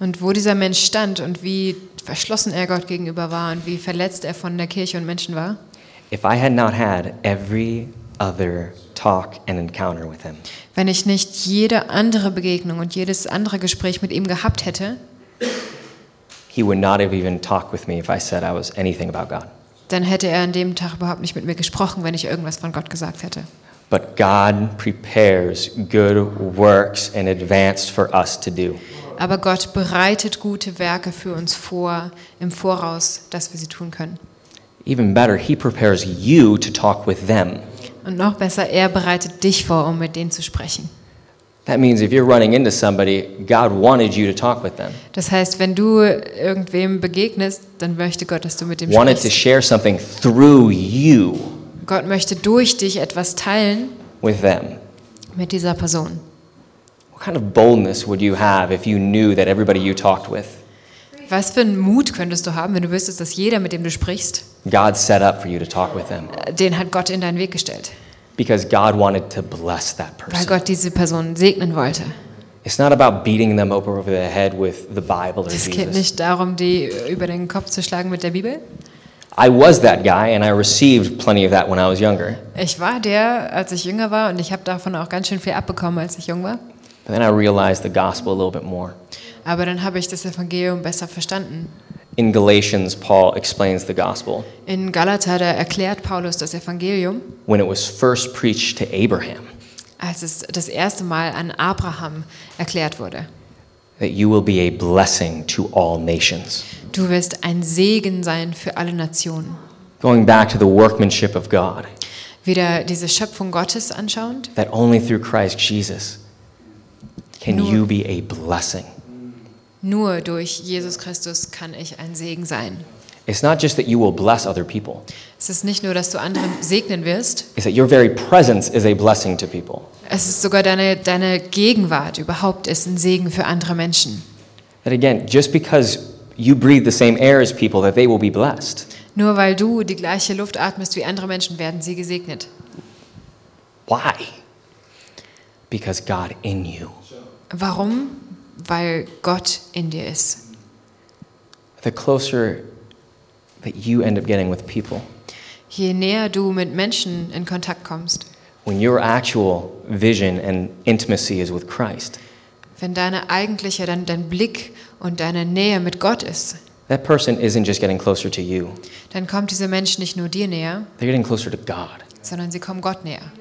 B: Und wo dieser Mensch stand und wie verschlossen er Gott gegenüber war und wie verletzt er von der Kirche und Menschen war.
C: If I had not had every other talk and encounter with him,
B: Wenn ich nicht jede andere Begegnung und jedes andere Gespräch mit ihm gehabt hätte,
C: he would not have even talked with me if I said I was anything about God.
B: dann hätte er an dem Tag überhaupt nicht mit mir gesprochen, wenn ich irgendwas von Gott gesagt hätte.
C: But God prepares good works in advance for us to do.
B: Aber Gott bereitet gute Werke für uns vor, im Voraus, dass wir sie tun können.
C: Even better, He prepares you to talk with them.
B: Und noch besser, er bereitet dich vor, um mit denen zu sprechen.
C: That means if you're running into somebody, God wanted you to talk with them,
B: Das heißt, wenn du irgendwem begegnest, dann möchte Gott, dass du mit dem
C: wanted to
B: sprichst.
C: share something through you
B: Gott möchte durch dich etwas teilen
C: with them.
B: mit dieser Person.
C: What kind of boldness would you have if you knew that everybody you talked with,
B: Was für einen Mut könntest du haben, wenn du wüsstest, dass jeder, mit dem du sprichst,
C: God set up for you to talk with them?
B: äh, den hat Gott in deinen Weg gestellt,
C: Because God wanted to bless that
B: weil
C: person.
B: Gott diese Person segnen wollte.
C: It's not about beating them up over the head with the Bible or
B: Es geht
C: Jesus.
B: nicht darum, die über den Kopf zu schlagen mit der Bibel.
C: I was that guy, and I received plenty of that when I was younger.
B: Ich war der, als ich jünger war, und ich habe davon auch ganz schön viel abbekommen, als ich jung war.
C: But then I realized the gospel a little bit more.
B: Aber dann habe ich das Evangelium besser verstanden.
C: In Galatians, Paul explains the gospel
B: In Galater, da erklärt Paulus das Evangelium,
C: when it was first preached to Abraham
B: als es das erste Mal an Abraham erklärt wurde.
C: that you will be a blessing to all nations.
B: Du wirst ein Segen sein für alle Nationen.
C: Going back to the workmanship of God,
B: Wieder diese Schöpfung Gottes anschauend,
C: that only through Christ Jesus can
B: Nur-
C: you be a blessing.
B: nur durch Jesus Christus kann ich ein Segen sein.
C: It's not just that you will bless other people,
B: Es ist nicht nur, dass du anderen segnen wirst,
C: it's that your very presence is a blessing to people.
B: es ist sogar deine, deine Gegenwart überhaupt ist ein Segen für andere Menschen.
C: That again, just because you breathe the same air as people, that they will be blessed.
B: Nur weil du die gleiche Luft atmest wie andere Menschen, werden sie gesegnet.
C: Why? Because God in you.
B: Warum? Weil Gott in dir ist.
C: The closer that you end up getting with people,
B: Je näher du mit Menschen in Kontakt kommst,
C: when your actual vision and intimacy is with Christ,
B: wenn deine eigentliche, dein, dein Blick und deine Nähe mit Gott ist,
C: that person isn't just getting closer to you,
B: dann kommt dieser Mensch nicht nur dir näher,
C: they're getting closer to God.
B: sondern sie kommen Gott näher.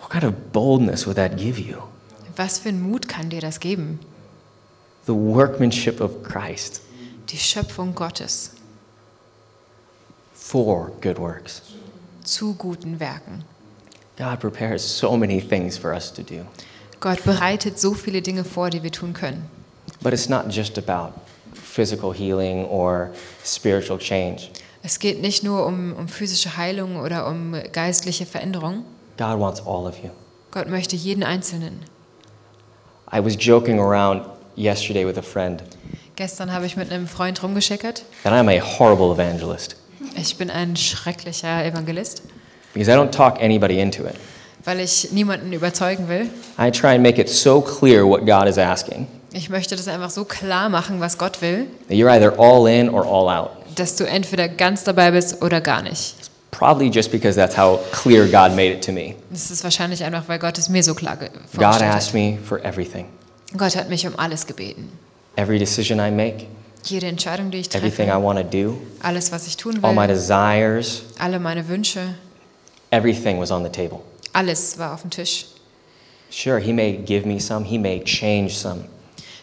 C: What kind of boldness would that give you?
B: Was für einen Mut kann dir das geben?
C: The workmanship of Christ
B: Die Schöpfung Gottes
C: for good works.
B: zu guten Werken.
C: God prepares so many things for us to do.
B: Gott bereitet so viele Dinge vor, die wir tun können.
C: But it's not just about physical healing or spiritual change.
B: Es geht nicht nur um, um physische Heilung oder um geistliche Veränderung.
C: God wants all of you.
B: Gott möchte jeden Einzelnen.
C: I was joking around yesterday with a friend
B: Gestern habe ich mit einem Freund rumgeschickert.
C: that I'm a horrible evangelist
B: Ich bin ein schrecklicher Evangelist,
C: because I don't talk anybody into it.
B: weil ich niemanden überzeugen will.
C: I try and make it so clear what God is asking
B: Ich möchte das einfach so klar machen, was Gott will,
C: that you're either all in or all out.
B: dass du entweder ganz dabei bist oder gar nicht.
C: Probably just because that's how clear God made it to me.
B: Das ist wahrscheinlich einfach, weil Gott es mir so klar ge-
C: God
B: vorgestellt hat.
C: asked me for everything
B: Gott hat mich um alles gebeten.
C: every decision I make,
B: Jede Entscheidung, die ich
C: everything I
B: treffe,
C: want to do,
B: alles, was ich tun
C: all my
B: will,
C: desires,
B: alle meine Wünsche,
C: everything was on the table.
B: alles war auf dem Tisch.
C: Sure, He may give me some, He may change some,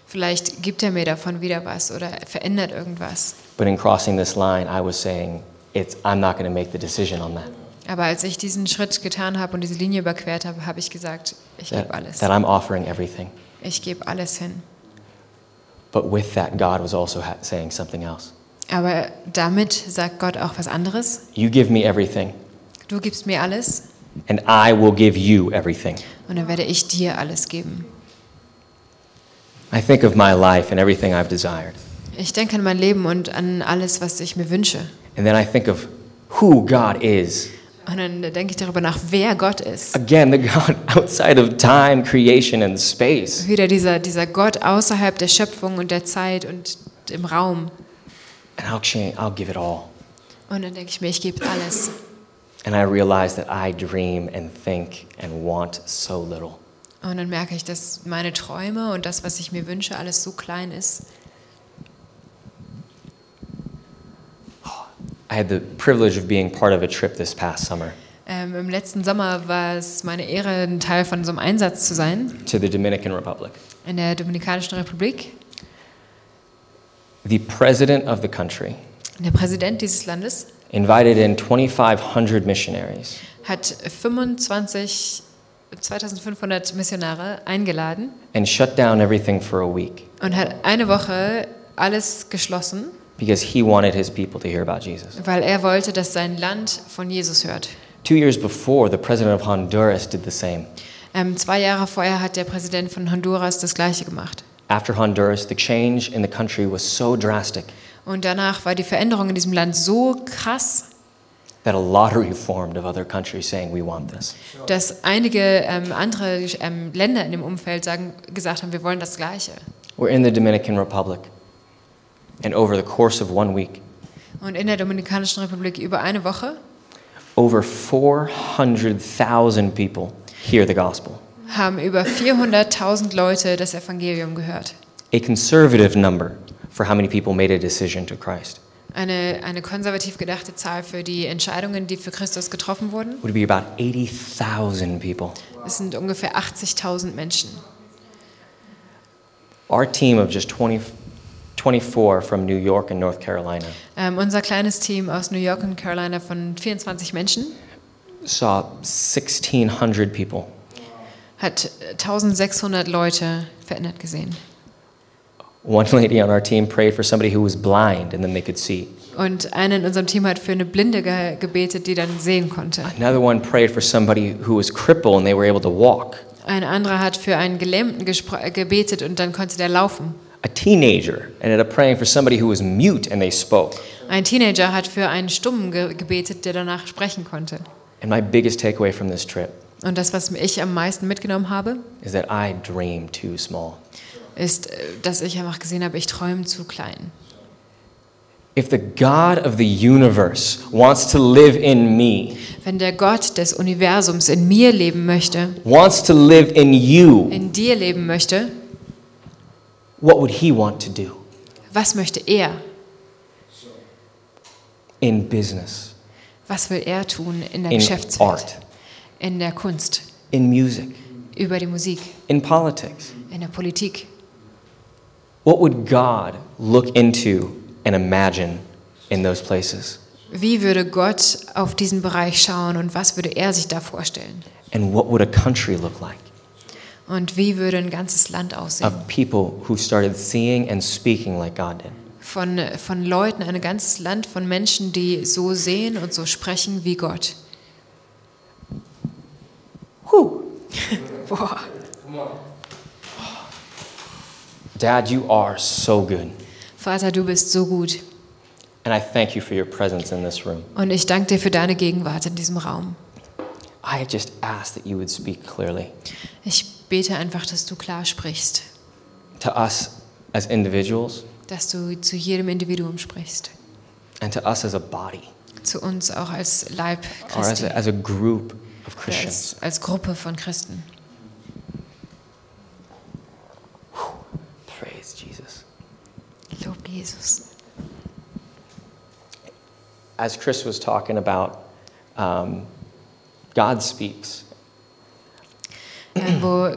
B: Vielleicht gibt er mir davon wieder was oder verändert irgendwas.
C: but in crossing this line, I was saying, it's, I'm not going to make the decision on that.
B: Aber als ich diesen Schritt getan habe und diese Linie überquert habe, habe ich gesagt, ich gebe
C: That,
B: alles.
C: that I'm offering everything.
B: Ich gebe alles hin.
C: But with that, God was also ha- saying something else.
B: Aber damit sagt Gott auch was anderes.
C: You give me everything,
B: Du gibst mir alles
C: and I will give you everything.
B: und dann werde ich dir alles geben.
C: I think of my life and everything I've desired.
B: Ich denke an mein Leben und an alles, was ich mir wünsche.
C: And then I think of who God is.
B: Und dann denke ich darüber nach, wer Gott ist.
C: Again, the God outside of time, creation, and space.
B: Wieder dieser, dieser Gott außerhalb der Schöpfung und der Zeit und im Raum.
C: And I'll change, I'll give it all.
B: Und dann denke ich mir, ich gebe alles.
C: And I realize that I dream and think and want so little.
B: Und dann merke ich, dass meine Träume und das, was ich mir wünsche, alles so klein ist.
C: I had the privilege of being part of a trip this past summer
B: Ähm, Im letzten Sommer war es meine Ehre, ein Teil von so einem Einsatz zu sein
C: to the Dominican Republic.
B: in der Dominikanischen Republik.
C: The president of the country
B: Der Präsident dieses Landes
C: invited in 2,500 missionaries
B: hat 25, 2500 Missionare eingeladen
C: and shut down everything for a week
B: und hat eine Woche alles geschlossen,
C: because he wanted his people to hear about Jesus.
B: weil er wollte, dass sein Land von Jesus hört.
C: Two years before, the president of Honduras did the same.
B: Ähm, zwei Jahre vorher hat der Präsident von Honduras das Gleiche gemacht.
C: After Honduras, the change in the country was so drastic
B: Und danach war die Veränderung in diesem Land so krass,
C: that a lottery formed of other countries saying, We want this.
B: dass einige ähm, andere ähm, Länder in dem Umfeld sagen, gesagt haben, wir wollen das Gleiche.
C: We're in the Dominican Republic. And over the course of one week,
B: Und in der Dominikanischen Republik über eine Woche
C: over 400,000 people hear the gospel,
B: haben über 400.000 Leute das Evangelium gehört.
C: a conservative number for how many people made a decision to Christ.
B: Eine, eine konservativ gedachte Zahl für die Entscheidungen, die für Christus getroffen wurden.
C: would be about 80,000 people.
B: Es sind ungefähr 80.000 Menschen.
C: Our team of just 20, 24 from New York and North Carolina
B: Ähm, unser kleines Team aus New York und Carolina von 24 Menschen
C: saw 1,600 people.
B: hat 1600 Leute verändert gesehen.
C: One lady on our team prayed for somebody who was blind and then they could see.
B: Und eine in unserem Team hat für eine Blinde ge gebetet, die dann sehen konnte.
C: Another one prayed for somebody who was crippled and they were able to walk.
B: Ein anderer hat für einen Gelähmten gespro- äh, gebetet und dann konnte der laufen.
C: a teenager ended up praying for somebody who was mute and they spoke.
B: Ein Teenager hat für einen Stummen ge gebetet, der danach sprechen konnte.
C: And my biggest takeaway from this trip
B: Und das, was ich am meisten mitgenommen habe,
C: is that I dream too small.
B: ist, äh, dass ich einfach gesehen habe, ich träume zu klein.
C: If the God of the universe wants to live in me,
B: Wenn der Gott des Universums in mir leben möchte,
C: wants to live in you,
B: in dir leben möchte,
C: what would he want to do?
B: was möchte er?
C: In business,
B: Was will er tun in der
C: in
B: Geschäftswelt,
C: art,
B: in der Kunst,
C: in music,
B: über die Musik,
C: in politics.
B: in der Politik?
C: What would God look into and imagine in those places?
B: Wie würde Gott auf diesen Bereich schauen und was würde er sich da vorstellen?
C: And what would a country look like
B: Und wie würde ein ganzes Land aussehen?
C: of people who started seeing and speaking like God did?
B: Von, von Leuten, ein ganzes Land von Menschen, die so sehen und so sprechen wie Gott. Huh. Boah.
C: Dad, you are so good.
B: Vater, du bist so gut.
C: And I thank you for your presence in this room.
B: Und ich danke dir für deine Gegenwart in diesem Raum.
C: I just ask that you would speak clearly
B: Ich bete einfach, dass du klar sprichst,
C: to us as individuals
B: dass du zu jedem Individuum sprichst,
C: and to us as a body
B: zu uns auch als Leib
C: or as
B: Christi,
C: a, as a group of
B: oder
C: Christians.
B: als, als Gruppe von Christen.
C: Praise Jesus.
B: Lob Jesus.
C: As Chris was talking about, um, God speaks.
B: Ja, wo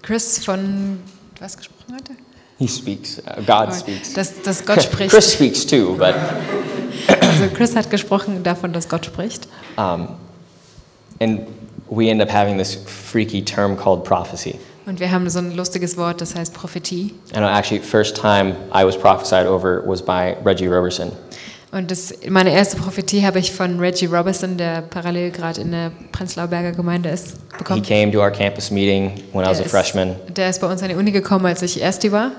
B: Chris von was gesprochen hatte?
C: He speaks. Uh, God
B: Aber
C: speaks.
B: Dass, dass Gott spricht.
C: Chris speaks too, but
B: Also Chris hat gesprochen davon, dass Gott spricht.
C: um, and we end up having this freaky term called prophecy.
B: Und wir haben so ein lustiges Wort, das heißt Prophetie.
C: And actually, first time I was prophesied over was by Reggie Roberson.
B: Und das, meine erste Prophetie habe ich von Reggie Robinson, der parallel gerade in der Prenzlauer Berger Gemeinde ist,
C: He
B: bekommen.
C: came to our campus meeting when I was a
B: Der
C: freshman
B: Ist, der ist bei uns an die Uni gekommen, als ich Ersti war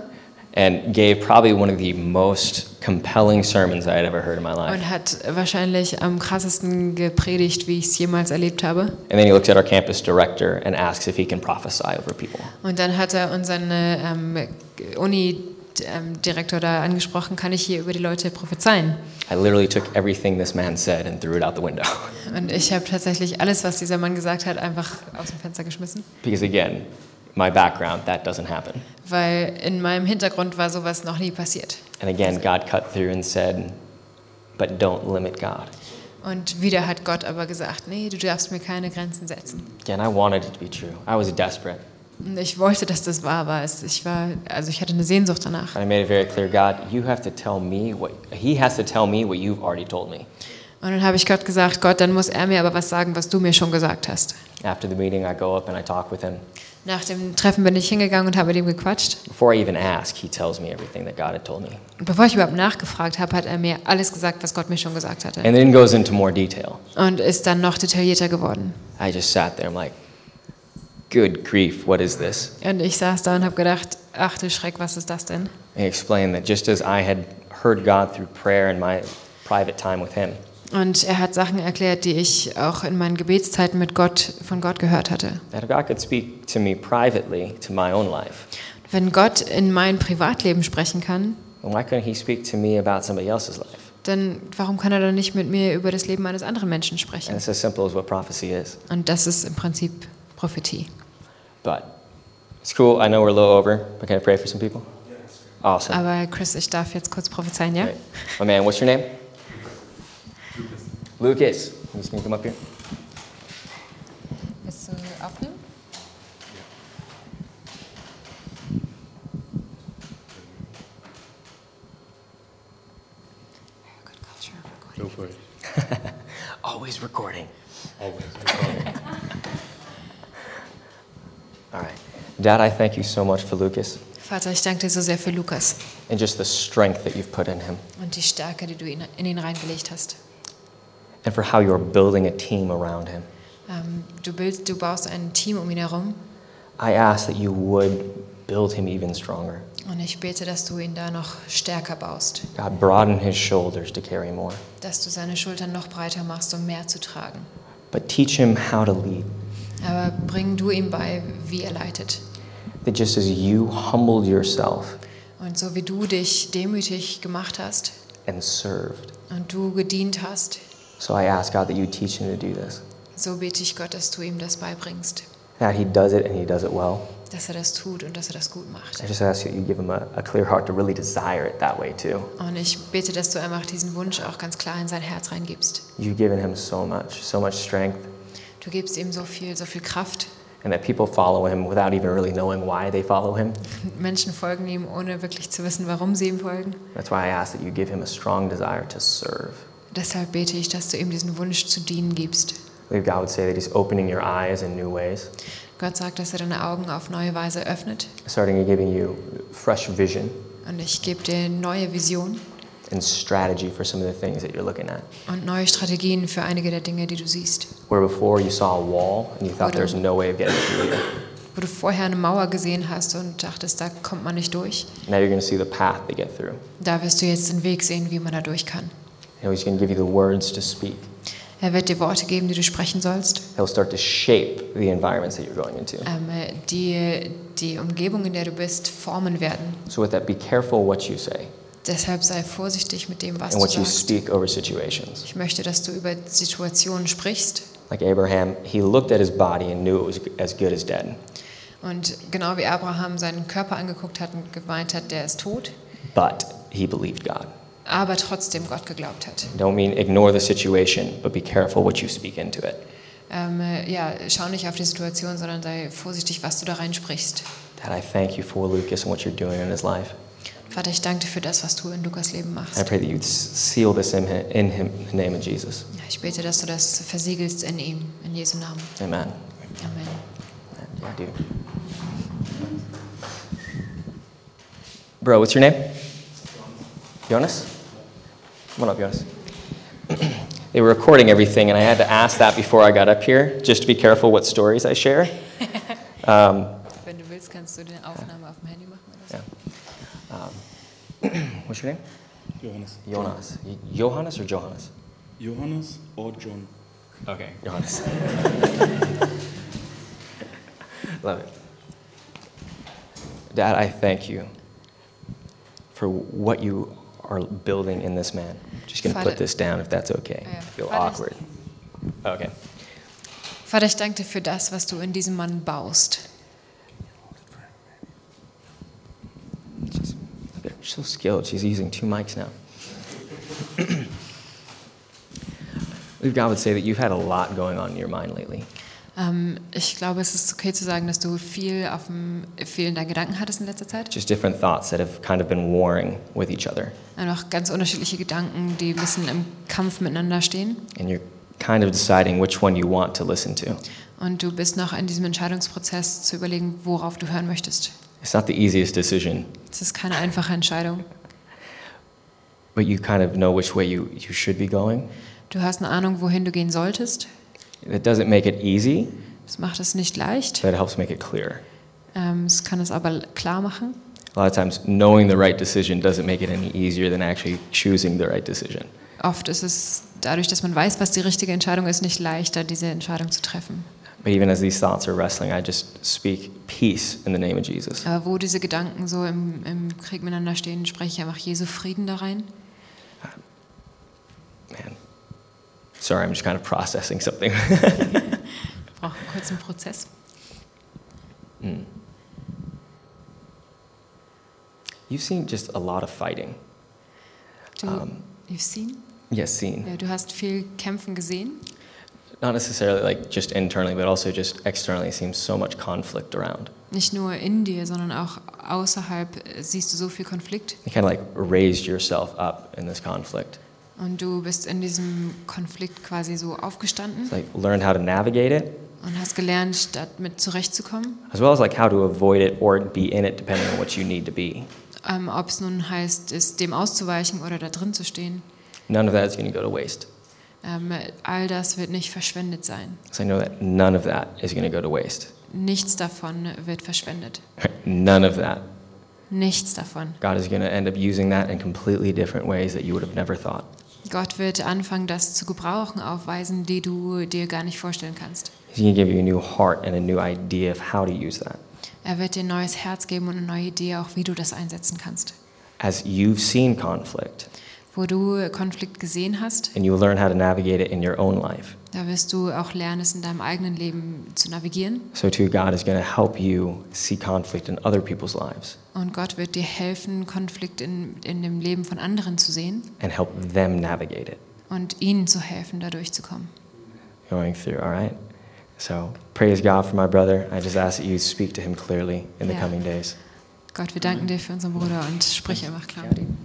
C: and gave probably one of the most compelling sermons I had ever heard in my life.
B: und hat wahrscheinlich am krassesten gepredigt, wie ich es jemals erlebt habe.
C: And then he looks at our campus director and asks if he can prophesy over people.
B: Und dann hat er unseren äh, ähm, Uni-Direktor da angesprochen, kann ich hier über die Leute prophezeien?
C: I literally took everything this man said and threw it out the window.
B: Und ich habe tatsächlich alles, was dieser Mann gesagt hat, einfach aus dem Fenster geschmissen.
C: because again, my background, that doesn't happen.
B: Weil in meinem Hintergrund war sowas noch nie passiert.
C: And again, God cut through and said, but don't limit God.
B: Und wieder hat Gott aber gesagt, nee, du darfst mir keine Grenzen setzen.
C: Again, I wanted it to be true. I was desperate.
B: Und ich wollte, dass das wahr war. Es- Ich war, also ich hatte eine Sehnsucht danach.
C: And I made it very clear, God, you have to tell me what, he has to tell me what you've already told me.
B: Und dann habe ich Gott gesagt, Gott, dann muss er mir aber was sagen, was du mir schon gesagt hast.
C: After the meeting, I go up and I talk with him.
B: Nach dem Treffen bin ich hingegangen und habe mit ihm gequatscht.
C: Before I even ask, he tells me everything that God had told me.
B: Und bevor ich überhaupt nachgefragt habe, hat er mir alles gesagt, was Gott mir schon gesagt hatte.
C: And then goes into more detail.
B: Und ist dann noch detaillierter geworden.
C: I just sat there, I'm like, good grief, what is this?
B: Und ich saß da und habe gedacht, ach du Schreck, was ist das denn?
C: And he explained that just as I had heard God through prayer and my private time with him,
B: Und er hat Sachen erklärt, die ich auch in meinen Gebetszeiten mit Gott, von Gott gehört hatte.
C: that if God could speak to me privately to my own life,
B: Wenn Gott in mein Privatleben sprechen kann,
C: then why couldn't he speak to me about somebody else's life?
B: dann warum kann er dann nicht mit mir über das Leben eines anderen Menschen
C: And
B: sprechen?
C: it's as simple as what prophecy is.
B: Und das ist im Prinzip Prophetie.
C: But it's cool. I know we're a little over, but can I pray for some people? Awesome.
B: Aber Chris, ich darf jetzt kurz prophezeien, ja?
C: Great. My man, what's your name? Lucas. Lucas. You just gonna come up here?
B: Willst du aufnehmen?
D: Go for it.
C: Always recording.
D: Always.
C: All right. Dad, I thank you so much for Lucas
B: Vater, ich danke dir so sehr für Lukas
C: and just the strength that you've put in him
B: und die Stärke, die du ihn- in ihn reingelegt hast.
C: and for how you're building a team around him.
B: Ähm, du, bild, du baust ein Team um ihn herum
C: I ask that you would build him even stronger.
B: Und ich bete, dass du ihn da noch stärker baust,
C: God, broaden his shoulders to carry more,
B: dass du seine Schultern noch breiter machst, um mehr zu tragen.
C: but teach him how to lead.
B: Aber bring du ihm bei, wie er leitet.
C: That just as you humbled yourself
B: Und so wie du dich demütig gemacht hast
C: and served,
B: und du gedient hast,
C: so I ask God that you teach him to do this.
B: so bete ich Gott, dass du ihm das beibringst,
C: That he does it and he does it well.
B: dass er das tut und dass er das gut macht.
C: I just ask that you give him a, a clear heart to really desire it that way too.
B: Und ich bete, dass du einfach diesen Wunsch auch ganz klar in sein Herz reingibst.
C: You've given him so much, so much strength,
B: Du gibst ihm so viel, so viel Kraft.
C: and that people follow him without even really knowing why they follow him.
B: Menschen folgen ihm, ohne wirklich zu wissen, warum sie ihm folgen.
C: That's why I ask that you give him a strong desire to serve.
B: Deshalb bete ich, dass du ihm diesen Wunsch zu dienen gibst.
C: I believe God would say that he's opening your eyes in new ways,
B: Gott sagt, dass er deine Augen auf neue Weise öffnet.
C: starting to giving you fresh vision
B: Und ich gebe dir neue Visionen
C: and strategy for some of the things that you're looking at.
B: und neue Strategien für einige der Dinge, die du siehst.
C: Where before you saw a wall and you thought there's no way of getting through there,
B: Wo du vorher eine Mauer gesehen hast und dachtest, da kommt man nicht durch.
C: now you're going to see the path to get through.
B: Da wirst du jetzt den Weg sehen, wie man da durch kann.
C: You know, he's going to give you the words to speak.
B: Er wird dir Worte geben, die du sprechen sollst,
C: He'll start to shape the environments that you're going into.
B: ähm, die die Umgebung, in der du bist, formen werden.
C: So with that, be careful what you say
B: Deshalb sei vorsichtig mit dem, was du
C: and what you
B: sagst.
C: speak over situations.
B: Ich möchte, dass du über Situationen sprichst.
C: Like Abraham, he looked at his body and knew it was as good as dead.
B: Und genau wie Abraham seinen Körper angeguckt hat und gemeint hat, der ist tot,
C: But he believed God.
B: aber trotzdem Gott geglaubt hat.
C: Don't mean ignore the situation, but be careful what you speak into it.
B: Ähm, äh, ja, schau nicht auf die Situation, sondern sei vorsichtig, was du da reinsprichst.
C: Dad, I thank you for Lucas and what you're doing in his life.
B: Vater, ich danke dir für das, was du in Lukas Leben machst.
C: I pray that you'd s- seal this in him, in him, in the name of Jesus.
B: Ja, Ich bete, dass du das versiegelst in ihm, in Jesu Namen.
C: Amen.
B: Amen.
C: Yeah, I do. Bro, what's your name? Jonas? Come on up, Jonas. they were recording everything, and I had to ask that before I got up here, just to be careful what stories I share. Um,
B: Wenn du willst, kannst du die Aufnahme auf dem Handy machen. Oder so.
C: yeah. um, what's your name?
D: Johannes.
C: Jonas. Y- Johannes or Johannes?
D: Johannes or John?
C: Okay, Johannes. Love it. Dad, I thank you for what you are building in this man. Just gonna
B: Father-
C: put this down if that's okay.
B: Yeah.
C: Feel
B: Father-
C: awkward. Okay.
B: Vater, ich danke dir für das, was du in diesem Mann baust.
C: She's- You're so skilled. She's using two mics now. I believe God would say that you've had a lot going on in your mind lately.
B: Ähm, ich glaube, es ist okay zu sagen, dass du viel, auf dem, viel in deinen Gedanken hattest in letzter Zeit.
C: Just different thoughts that have kind of been warring with each other.
B: Einfach ganz unterschiedliche Gedanken, die ein bisschen im Kampf miteinander stehen.
C: and you're kind of deciding which one you want to listen to.
B: Und du bist noch in diesem Entscheidungsprozess zu überlegen, worauf du hören möchtest.
C: It's not the easiest decision,
B: Es ist keine einfache Entscheidung.
C: but you kind of know which way you, you should be going.
B: Du hast eine Ahnung, wohin du gehen solltest.
C: It doesn't make it easy,
B: Das macht es nicht leicht.
C: but it helps make it clear.
B: Ähm, es kann es aber klar machen.
C: A lot of times, knowing the right decision doesn't make it any easier than actually choosing the right decision.
B: Oft ist es dadurch, dass man weiß, was die richtige Entscheidung ist, nicht leichter, diese Entscheidung zu treffen.
C: But even as these thoughts are wrestling, I just speak peace in the name of Jesus.
B: Aber wo diese Gedanken so im, im Krieg miteinander stehen, spreche ich einfach Jesu Frieden da rein.
C: Man, sorry, I'm just kind of processing something.
B: Ich brauche einen kurzen Prozess.
C: Mm. You've seen just a lot of fighting.
B: Du,
C: Um,
B: you've seen?
C: Yes, seen.
B: Ja, du hast viel Kämpfen gesehen.
C: not necessarily like just internally, but also just externally seems so much conflict around.
B: Nicht nur in dir, sondern auch außerhalb äh, siehst du so viel Konflikt.
C: You kind of like raised yourself up in this conflict.
B: Und du bist in diesem Konflikt quasi so aufgestanden
C: It's like learned how to navigate it,
B: und hast gelernt, damit zurechtzukommen.
C: as well as like how to avoid it or be in it, depending on what you need to be.
B: Ähm, Ob es nun heißt, es dem auszuweichen oder da drin zu stehen.
C: None of that is going to go to waste.
B: Ähm, all das wird nicht verschwendet sein.
C: So I know that none of that is going to go to waste.
B: Nichts davon wird verschwendet.
C: None of that.
B: Nichts davon.
C: God is going to end up using that in completely different ways that you would have never thought.
B: Gott wird anfangen, das zu gebrauchen auf Weisen, die du dir gar nicht vorstellen kannst.
C: He's going to give you a new heart and a new idea of how to use that.
B: Er wird dir ein neues Herz geben und eine neue Idee, auch wie du das einsetzen kannst.
C: As you've seen conflict
B: Wo du Konflikt gesehen hast,
C: and you learn how to navigate it in your own life,
B: da wirst du auch lernen, es in deinem eigenen Leben zu navigieren.
C: so too God is going to help you see conflict in other people's lives
B: Und Gott wird dir helfen, Konflikt in, in dem Leben von anderen zu sehen
C: and help them navigate it
B: und ihnen zu helfen, da durchzukommen.
C: going through, all right? So praise God for my brother. I just ask that you speak to him clearly in the
B: Yeah.
C: coming days.
B: Gott, wir danken dir für unseren Bruder und sprich einfach klar mit ihm.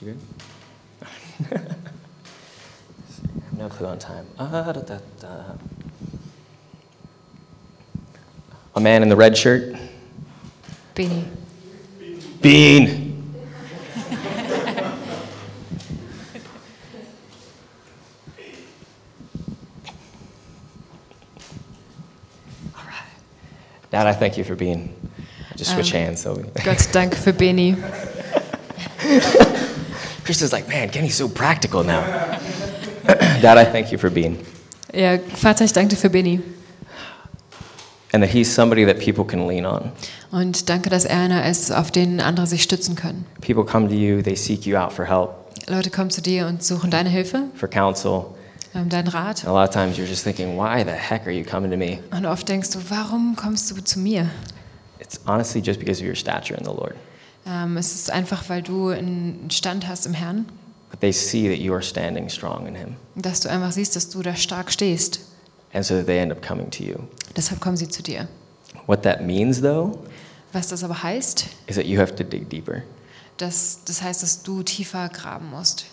C: You good? no clue on time. Ah, da, da, da. A man in the red shirt.
B: Beni,
C: Bean. All right. Dad, I thank you for being. Just switch
B: Um,
C: hands, Sylvie.
B: Gott, danke für Beni.
C: Krista's like, man, Kenny's so practical now. Dad, I thank you for being.
B: Ja, Vater, ich danke dir für Beni.
C: And that he's somebody that people can lean on.
B: Und danke, dass er einer ist, auf den andere sich stützen können.
C: People come to you, they seek you out for help,
B: Leute kommen zu dir und suchen deine Hilfe,
C: for counsel.
B: ähm, deinen Rat.
C: And a lot of times you're just thinking, why the heck are you coming to me?
B: Und oft denkst du, warum kommst du zu mir?
C: It's honestly just because of your stature in the Lord.
B: Ähm, es ist einfach, weil du einen Stand hast im Herrn,
C: But they see that you are standing strong in Him.
B: dass du einfach siehst, dass du da stark stehst.
C: And so they end up coming to you.
B: Deshalb kommen sie zu dir.
C: What that means, though,
B: Was das aber heißt,
C: is that you have to dig deeper.
B: dass, das heißt, dass du tiefer graben musst.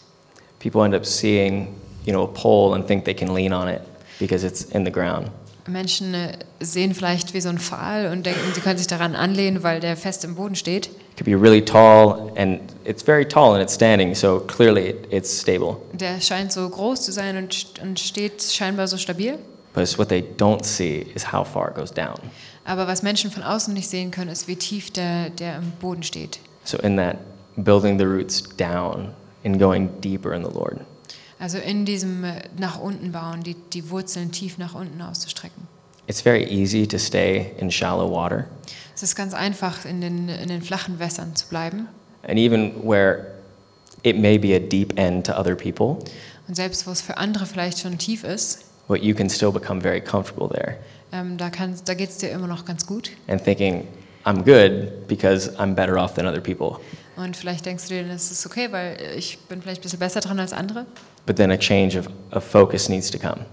C: People end up seeing, you know, a pole and think they can lean on it because it's in the ground.
B: Menschen äh, sehen vielleicht wie so einen Pfahl und denken, sie können sich daran anlehnen, weil der fest im Boden steht.
C: It could be really tall, and it's very tall and it's standing, so clearly it, it's stable.
B: Der scheint so groß zu sein und, st- und steht scheinbar so stabil.
C: But it's what they don't see is how far it goes down.
B: Aber was Menschen von außen nicht sehen können, ist, wie tief der, der im Boden steht.
C: So, in that, building the roots down and going deeper in the Lord.
B: Also in diesem äh, nach unten bauen, die, die Wurzeln tief nach unten auszustrecken.
C: It's very easy to stay in shallow water.
B: Es ist ganz einfach, in den, in den flachen Wässern zu bleiben.
C: And even where it may be a deep end to other people,
B: Und selbst wo es für andere vielleicht schon tief ist,
C: but you can still become very comfortable there
B: ähm, da, kann's- da geht es dir immer noch ganz gut.
C: and thinking, I'm good because I'm better off than other people.
B: Und vielleicht denkst du dir, das ist okay, weil äh, ich bin vielleicht ein bisschen besser dran als andere.
C: But then a change of, of focus needs to come.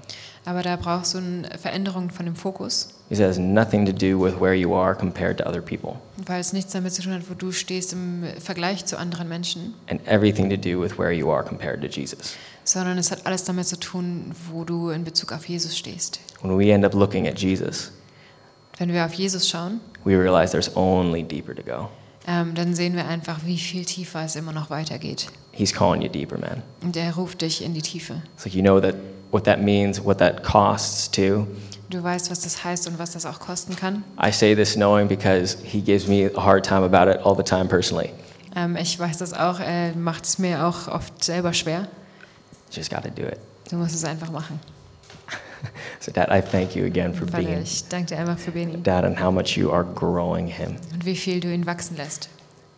B: Aber da brauchst du eine Veränderung von dem Fokus,
C: He says nothing to do with where you are compared to other people,
B: weil es nichts damit zu tun hat, wo du stehst im Vergleich zu anderen Menschen,
C: and everything to do with where you are compared to Jesus.
B: sondern es hat alles damit zu tun, wo du in Bezug auf Jesus stehst.
C: When we end up looking at Jesus,
B: Wenn wir auf Jesus schauen,
C: we realize there's only deeper to go.
B: ähm, dann sehen wir einfach, wie viel tiefer es immer noch weitergeht.
C: He's calling you deeper, man.
B: Und er ruft dich in die Tiefe.
C: It's like you know that what that means, what that costs too.
B: Du weißt, was das heißt und was das auch kosten kann.
C: I say this knowing because he gives me a hard time about it all the time personally.
B: Ähm, ich weiß das auch, äh, macht es mir auch oft selber schwer.
C: Just got to do it.
B: Du musst es einfach machen.
C: So, Dad, I thank you again for
B: Vater,
C: being
B: ich danke dir einfach für Beni
C: Dad and how much you are growing him.
B: und wie viel du ihn wachsen lässt.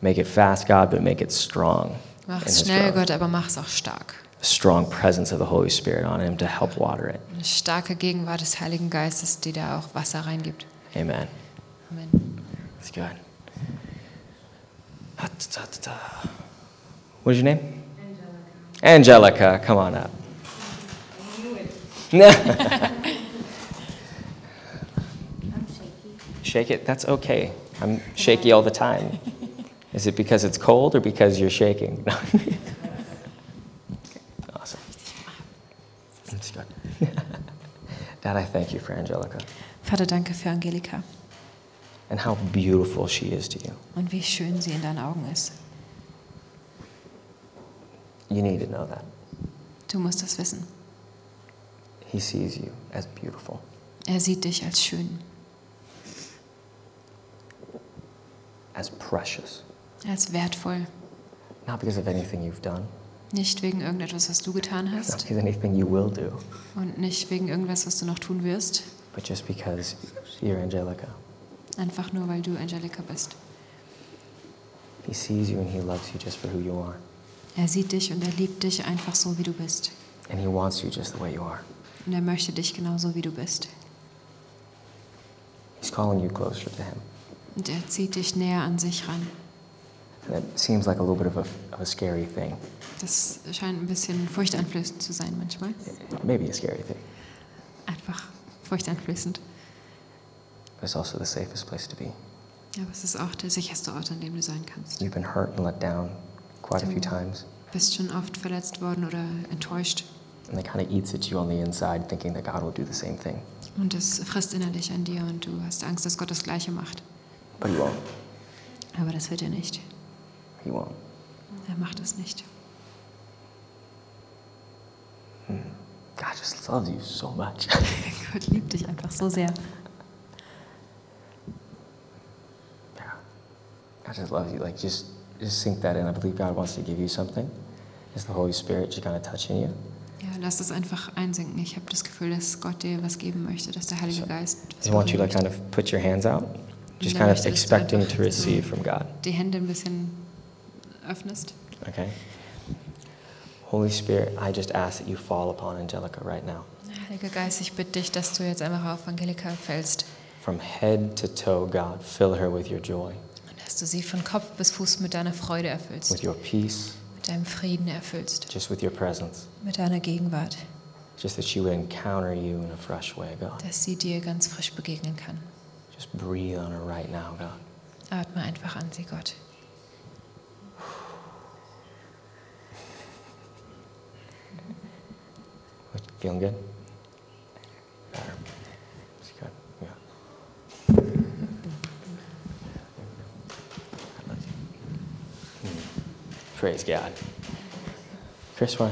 C: Make it fast, God, but make it strong.
B: Mach
C: in
B: es
C: his
B: schnell,
C: growth.
B: Gott, aber mach es auch stark.
C: Strong presence of the Holy Spirit on him to help water it.
B: Eine starke Gegenwart des Heiligen Geistes, die da auch Wasser reingibt.
C: Amen.
B: Amen.
C: That's good. Ah, ta, ta, ta, ta. What is your name? Angelica. Angelica, come on up. Shake it? That's okay. I'm shaky all the time. Is it because it's cold or because you're shaking? No. awesome. That's good. Dad, I thank you for Angelica
B: Vater, danke für Angelika
C: and how beautiful she is to you.
B: und wie schön sie in deinen Augen ist.
C: You need to know that.
B: Du musst das wissen.
C: He sees you as beautiful.
B: Er sieht dich als schön,
C: as precious,
B: als wertvoll.
C: not because of anything you've done,
B: Nicht wegen irgendetwas, was du getan
C: not
B: hast
C: because of anything you will do,
B: und nicht wegen irgendwas, was du noch tun wirst,
C: but just because you're Angelica.
B: einfach nur weil du Angelika bist.
C: He sees you and he loves you just for who you are,
B: Er sieht dich und er liebt dich einfach so, wie du bist.
C: and he wants you just the way you are.
B: Und er möchte dich genauso, wie du bist.
C: He's calling you closer to him.
B: Und er zieht dich näher an sich ran.
C: And it seems like a little bit of a, of a scary thing,
B: Das scheint ein bisschen furchteinflößend zu sein manchmal.
C: maybe a scary thing,
B: Einfach furchteinflößend.
C: but it's also the safest place to be.
B: Aber es ist auch der sicherste Ort, an dem du sein kannst.
C: You've been hurt and let down quite a few
B: Mhm.
C: times,
B: Bist schon oft verletzt worden oder enttäuscht.
C: and it kind of eats at you on the inside, thinking that God will do the same thing,
B: Und das frisst innerlich an dir und du hast Angst, dass Gott das Gleiche macht.
C: but he won't.
B: Aber das wird er nicht.
C: He won't.
B: Er macht es nicht.
C: God just loves you so much.
B: Gott liebt dich einfach so sehr.
C: Yeah. God just loves you. Like just just sink that in. I believe God wants to give you something. It's the Holy Spirit just kind of touching you.
B: Ja, lass es einfach einsinken. Ich habe das Gefühl, dass Gott dir was geben möchte, dass der Heilige
C: So,
B: Geist was
C: He wants you to
B: berührt.
C: kind of put your hands out, just
B: Then
C: kind
B: we
C: of
B: should
C: expecting
B: expect
C: to receive from God.
B: die Hände ein bisschen öffnest.
C: Okay. Holy Spirit, I just ask that you fall upon Angelica right now,
B: Heiliger Geist, ich bitte dich, dass du jetzt einfach auf Angelika fällst
C: from head to toe. God, fill her with your joy,
B: und dass du sie von Kopf bis Fuß mit deiner Freude erfüllst,
C: with your peace,
B: mit deinem Frieden erfüllst,
C: just with your presence.
B: mit deiner Gegenwart,
C: Just that she would encounter you in a fresh way, God.
B: dass sie dir ganz frisch begegnen kann.
C: Just breathe on her right now, God.
B: Atme einfach an sie, Gott.
C: What, Feeling good? Better. It's good. Yeah. I love you. Mm. Praise God. Chris, why?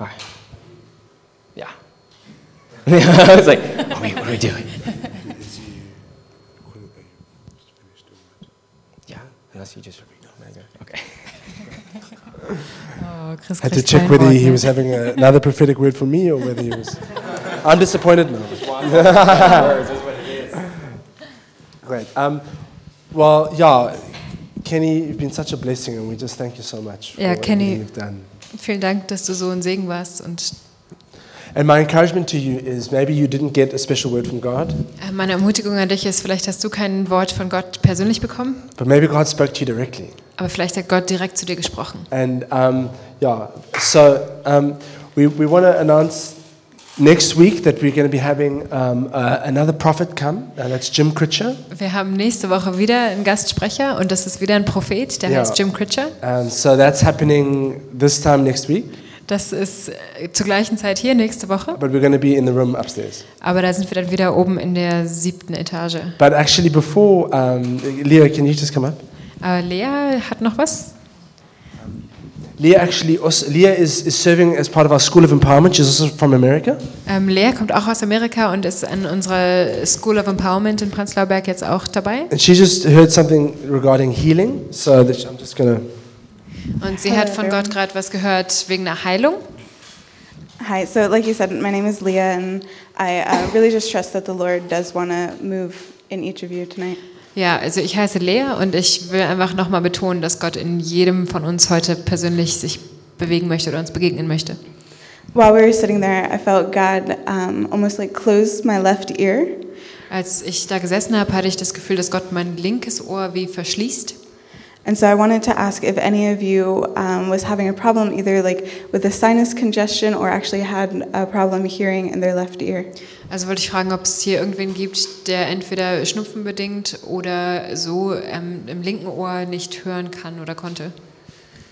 C: All right. Yeah. I was like, oh, wait, what are we doing?
D: Is he cool that you just finished doing that?
C: Yeah, unless you just. Okay.
B: Oh, Chris
A: had to check whether he was having a, another prophetic word for me or whether he was. I'm disappointed now. Great. Um, well, yeah, Kenny, you've been such a blessing, and we just thank you so much for
B: Yeah,
A: what
B: Kenny.
A: you've done.
B: Vielen Dank, dass du so ein Segen warst. Und
A: And my encouragement to you is maybe you didn't get a special word from God,
B: äh, meine Ermutigung an dich ist, vielleicht hast du kein Wort von Gott persönlich bekommen,
A: but maybe God spoke to you directly.
B: aber vielleicht hat Gott direkt zu dir gesprochen.
A: And um, yeah, so um, we, we want to announce next week that we're going to be having um, uh, another prophet come, and that's Jim Critcher.
B: Wir haben nächste Woche wieder einen Gastsprecher und das ist wieder ein Prophet, der
A: Ja.
B: heißt Jim Critcher.
A: Um, so that's happening this time next week,
B: Das ist äh, zur gleichen Zeit hier nächste Woche,
A: but we're going to be in the room upstairs.
B: aber da sind wir dann wieder oben in der siebten Etage.
A: But actually, before um, Leah, can you just come up?
B: Aber Lea hat noch was?
A: Leah actually, also, Leah is, is serving as part of our School of Empowerment. She's also from America,
B: Ähm, Lea kommt auch aus Amerika und ist an unserer School of Empowerment in Prenzlauberg jetzt auch dabei.
A: and she just heard something regarding healing. So that I'm just going to.
B: Und sie hat von Gott gerade was gehört wegen einer Heilung.
E: Hi, so like you said, my name is Leah, and I uh, really just trust that the Lord does want to move in each of you tonight.
B: Ja, also ich heiße Lea und ich will einfach nochmal betonen, dass Gott in jedem von uns heute persönlich sich bewegen möchte oder uns begegnen möchte.
E: While we were sitting there, I felt God um, almost like close my left ear,
B: Als ich da gesessen habe, hatte ich das Gefühl, dass Gott mein linkes Ohr wie verschließt.
E: and so I wanted to ask if any of you um, was having a problem either like with a sinus congestion or actually had a problem hearing in their left ear.
B: Also wollte ich fragen, ob es hier irgendwen gibt, der entweder schnupfenbedingt oder so ähm, im linken Ohr nicht hören kann oder konnte.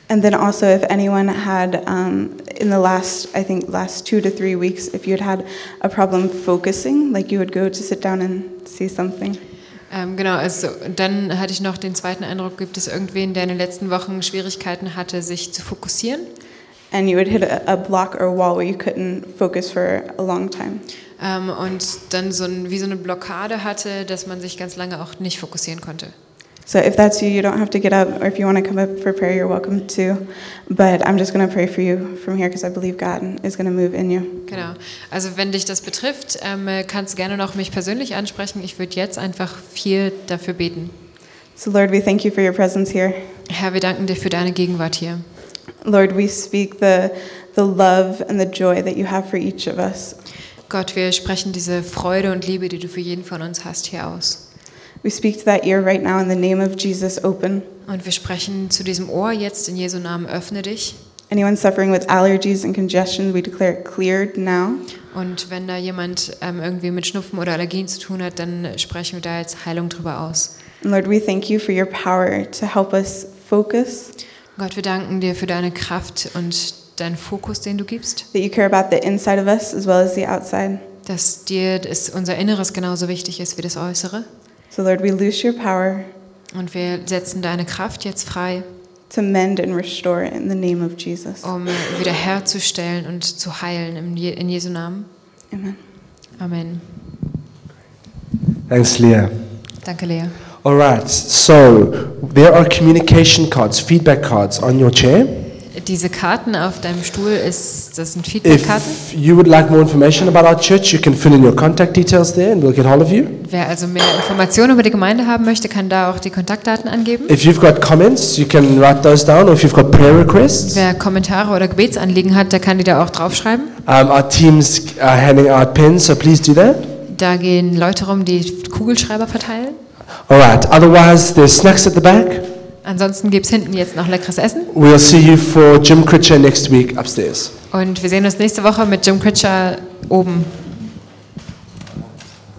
E: And then also, if anyone had um, in the last, I think, last two to three weeks, if you had had a problem focusing, like you would go to sit down and see something.
B: Ähm, genau, also und dann hatte ich noch den zweiten Eindruck, gibt es irgendwen, der in den letzten Wochen Schwierigkeiten hatte, sich zu fokussieren?
E: and you would hit a, a block or wall where you couldn't focus for a long time.
B: ähm, und dann so ein, wie so eine Blockade hatte, dass man sich ganz lange auch nicht fokussieren konnte.
E: So if that's you, you don't have to get up, or if you want to come up for prayer, you're welcome to. But I'm just going to pray for you from here because I believe God is going to move in you.
B: Genau. Also wenn dich das betrifft, ähm, äh, kannst gerne noch mich persönlich ansprechen. Ich würde jetzt einfach viel dafür beten.
E: So, Lord, we thank you for your presence here.
B: Herr, wir danken dir für deine Gegenwart hier.
E: Lord, we speak the, the love and the joy that you have for each of us.
B: Gott, wir sprechen diese Freude und Liebe, die du für jeden von uns hast, hier aus.
E: We speak to that ear right now in the name of Jesus, open.
B: Und wir sprechen zu diesem Ohr jetzt in Jesu Namen, öffne dich.
E: Anyone suffering with allergies and congestion, we declare it cleared now.
B: Und wenn da jemand ähm, irgendwie mit Schnupfen oder Allergien zu tun hat, dann sprechen wir da jetzt Heilung drüber aus.
E: And Lord, we thank you for your power to help us focus,
B: Gott, wir danken dir für deine Kraft und deinen Fokus, den du gibst,
E: that you care about the inside of us as well as the outside.
B: dass dir das unser Inneres genauso wichtig ist wie das Äußere.
E: So, Lord, we loose your power
B: Und wir setzen deine Kraft jetzt frei,
E: to mend and restore in the name of Jesus.
B: um wiederherzustellen und zu heilen im Je- in Jesu Namen.
E: Amen.
B: Amen.
A: Thanks, Leah.
B: Danke, Lea.
A: All right, so there are communication cards, feedback cards on your chair.
B: Diese Karten auf deinem Stuhl, ist das sind Feedbackkarten?
A: If you would like more information about our church, you can fill in your contact details there and we'll get hold of you.
B: Wer also mehr Informationen über die Gemeinde haben möchte, kann da auch die Kontaktdaten angeben.
A: If you've got comments, you can write those down, or if you've got prayer requests,
B: Wer Kommentare oder Gebetsanliegen hat, der kann die da auch draufschreiben.
A: um, our teams are handing out pens, so please do that.
B: Da gehen Leute rum, die Kugelschreiber verteilen.
A: All right, otherwise, there's snacks at the back.
B: Ansonsten gibt es hinten jetzt noch leckeres Essen.
A: We'll see you for Jim Critcher next week upstairs.
B: Und wir sehen uns nächste Woche mit Jim Critcher oben.